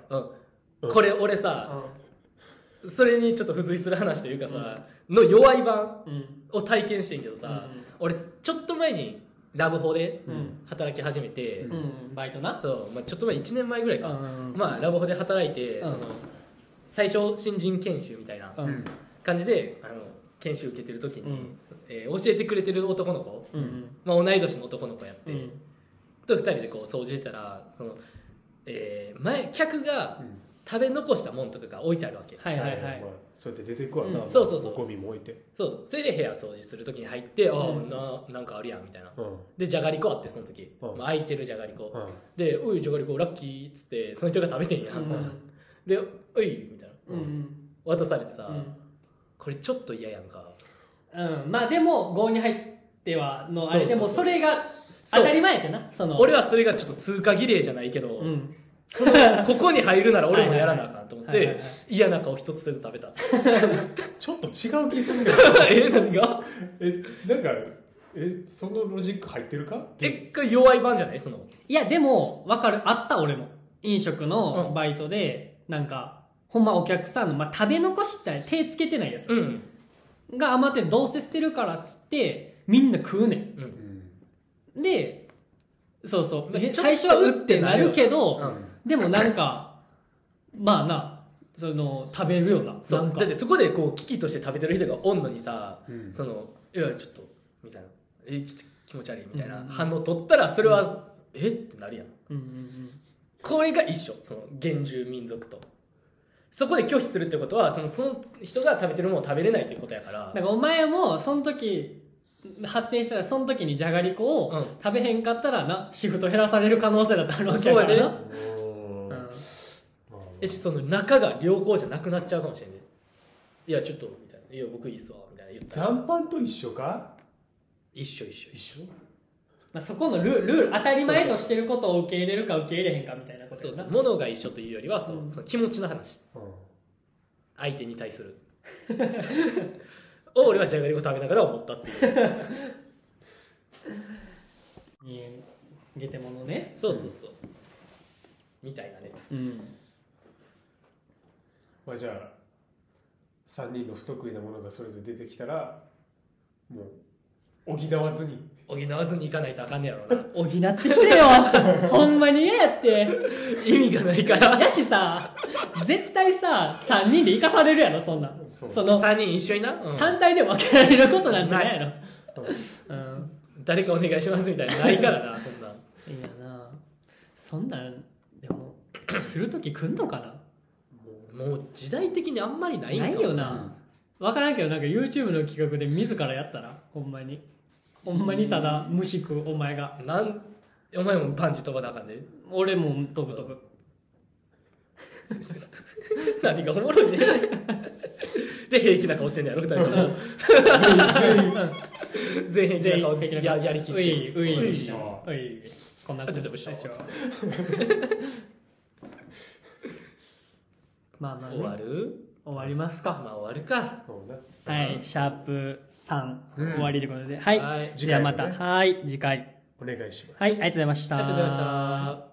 [SPEAKER 2] うん。これ俺さ、それにちょっと付随する話というかさ、の弱い版
[SPEAKER 1] うん
[SPEAKER 2] を体験してんけどさ
[SPEAKER 1] うん、
[SPEAKER 2] 俺、ちょっと前にラブホで
[SPEAKER 1] うん
[SPEAKER 2] 働き始めて
[SPEAKER 1] う、んバイトな
[SPEAKER 2] そう、まあちょっと前、1年前ぐらいか。
[SPEAKER 1] ん
[SPEAKER 2] まあラブホで働いて、
[SPEAKER 1] う
[SPEAKER 2] そ
[SPEAKER 1] ん
[SPEAKER 2] の、最初新人研修みたいな
[SPEAKER 1] うんうん
[SPEAKER 2] 感じで、あの、研修受けてる時
[SPEAKER 1] う
[SPEAKER 2] に、
[SPEAKER 1] ん
[SPEAKER 2] えー教えてくれてる男の子、
[SPEAKER 1] うん
[SPEAKER 2] まあ同い年の男の子やって、
[SPEAKER 1] うん
[SPEAKER 2] と二人でこう掃除してたらその、えー前客が
[SPEAKER 3] うん
[SPEAKER 2] 食べ残したもんとかが置いてあるわけ、
[SPEAKER 1] はいはいはい
[SPEAKER 3] まあそうやって出ていくわな
[SPEAKER 1] うん
[SPEAKER 2] そうそうそう
[SPEAKER 3] ゴミも置いて
[SPEAKER 2] そうそれで部屋掃除する時に入って、あ
[SPEAKER 1] うん
[SPEAKER 2] あななんかあるやんみたいな
[SPEAKER 3] うんうん
[SPEAKER 2] でじゃがりこあってその時、
[SPEAKER 3] うん
[SPEAKER 2] まあ、空いてるじゃがりこ、で「おいじゃがりこラッキー」っつってその人が食べてんや、、
[SPEAKER 1] うんん
[SPEAKER 2] で「おい」みたいな
[SPEAKER 1] うん
[SPEAKER 2] 渡されて
[SPEAKER 1] う
[SPEAKER 2] さ、
[SPEAKER 1] ん
[SPEAKER 2] これちょっと嫌やんか
[SPEAKER 1] うんまあでも郷に入ってはのあれでも
[SPEAKER 2] そう
[SPEAKER 1] そ
[SPEAKER 2] そうそう
[SPEAKER 1] れが当たり前やってなその
[SPEAKER 2] 俺はそれがちょっと通過儀礼じゃないけど、
[SPEAKER 1] うん
[SPEAKER 2] そのここに入るなら俺もやらなあかんと思っ
[SPEAKER 1] はいはいは
[SPEAKER 2] て
[SPEAKER 1] い
[SPEAKER 2] 嫌な顔一つせず食べた
[SPEAKER 3] ちょっと違う気するけど
[SPEAKER 2] <laughs> え何が
[SPEAKER 3] えなんかえそのロジック入ってるか
[SPEAKER 2] えこれ弱い版じゃないその
[SPEAKER 1] いやでもわかるあった俺も飲食
[SPEAKER 2] う
[SPEAKER 1] の
[SPEAKER 2] ん
[SPEAKER 1] バイトでなんかほんまお客さんの、まあ、食べ残したり手つけてないやつ
[SPEAKER 2] うん
[SPEAKER 1] が余ってどうせ捨てるからっつってみんな食うねん
[SPEAKER 3] うん
[SPEAKER 1] で、そうそう。
[SPEAKER 2] まあ
[SPEAKER 1] え
[SPEAKER 2] ちょっと
[SPEAKER 1] 最初はうってなるけど、
[SPEAKER 2] うん
[SPEAKER 1] でもなんか、まあな、その、食べるよな。
[SPEAKER 2] そ
[SPEAKER 1] なん
[SPEAKER 2] う
[SPEAKER 1] か
[SPEAKER 2] だってそこでこう危機として食べてる人がおんのにさ
[SPEAKER 3] うん
[SPEAKER 2] その「いやちょっと」みたいな「えちょっと気持ち悪い」みたい
[SPEAKER 1] うん
[SPEAKER 2] な反応取ったらそれは「えっ?」てなるやん
[SPEAKER 1] うんうん
[SPEAKER 2] これが一緒その原住民族とそこで拒否するってことはそのその人が食べてるものを食べれないっていうことやか
[SPEAKER 1] う
[SPEAKER 2] ら
[SPEAKER 1] ん。だからお前も、その時、発展したら、その時にじゃがりこ
[SPEAKER 2] う
[SPEAKER 1] を
[SPEAKER 2] ん
[SPEAKER 1] 食べへんかったらな、シフト減らされる可能性だってあるわけやから
[SPEAKER 2] そうや
[SPEAKER 1] な。
[SPEAKER 3] うん
[SPEAKER 1] うん
[SPEAKER 3] まあまあ
[SPEAKER 2] えしその仲が良好じゃなくなっちゃうかもしれんねいやちょっと」みたいな「いや僕いいっすわ」みたいな言ったら
[SPEAKER 3] 残飯と一緒か
[SPEAKER 2] 一緒一緒一緒
[SPEAKER 3] 緒
[SPEAKER 1] まあ、そこのルール、ルール、当たり前としてることを受け入れるか受け入れへんかみたいなこと
[SPEAKER 2] そう
[SPEAKER 1] や
[SPEAKER 2] そ
[SPEAKER 1] な
[SPEAKER 2] う。物が一緒というよりはそううんその気持ちの話
[SPEAKER 3] うん
[SPEAKER 2] 相手に
[SPEAKER 1] <laughs>
[SPEAKER 2] 対するを俺はじゃがりこ食べながら思ったっていう
[SPEAKER 1] うんゲテモノね。
[SPEAKER 2] そうそうそう、みたいなね
[SPEAKER 1] うん。
[SPEAKER 3] まあじゃあ3人の不得意なものがそれぞれ出てきたらもう補わずに
[SPEAKER 2] 補わずにいかないとあかんねやろうな
[SPEAKER 1] <laughs> 補ってくれ
[SPEAKER 2] <laughs>
[SPEAKER 1] よほんまに嫌やって。
[SPEAKER 2] 意味がないから
[SPEAKER 1] やしさ、絶対さ、3人で生かされるやろ、そんなん。
[SPEAKER 3] そう
[SPEAKER 1] その、
[SPEAKER 2] 3人一緒にな、うん
[SPEAKER 1] 単体で分けられることなんてないや
[SPEAKER 3] うん
[SPEAKER 1] ろ。うん。
[SPEAKER 2] 誰かお願いしますみたいなないからなそんない
[SPEAKER 1] いやなそんなん、でも、するとき来んのかな
[SPEAKER 3] も
[SPEAKER 2] もう時代的にあんまりないんか
[SPEAKER 1] な
[SPEAKER 2] も
[SPEAKER 1] いよな。分からんけど、なんか YouTube の企画で自らやったら、ほんまに。ほんまにただ、無視く、お前が。
[SPEAKER 2] なんお前もバンジー飛ばなあかんで
[SPEAKER 1] 俺も飛ぶ飛ぶ。
[SPEAKER 2] 何がおもろいねで平気な顔してんねやろ2人とも
[SPEAKER 3] う全員
[SPEAKER 2] 全員平気な顔
[SPEAKER 1] 全
[SPEAKER 2] し
[SPEAKER 1] 員平気な
[SPEAKER 2] て
[SPEAKER 1] 顔
[SPEAKER 2] ややりきっ
[SPEAKER 1] う
[SPEAKER 2] て
[SPEAKER 1] いういうう
[SPEAKER 2] い
[SPEAKER 1] い
[SPEAKER 3] しょ
[SPEAKER 1] ういこんな
[SPEAKER 2] あ出てました
[SPEAKER 1] 最初はまあまあ、ね、
[SPEAKER 2] 終わる
[SPEAKER 1] 終わりますか
[SPEAKER 2] まあ終わるか
[SPEAKER 3] そうね
[SPEAKER 1] はい、シャープ3、
[SPEAKER 3] うん
[SPEAKER 1] 終わりということで、はい、
[SPEAKER 2] はい
[SPEAKER 1] じゃあまた、
[SPEAKER 3] 次回も
[SPEAKER 1] はい、次回。
[SPEAKER 3] お願いします
[SPEAKER 1] はい、ありがとうございました。
[SPEAKER 2] ありがとうございました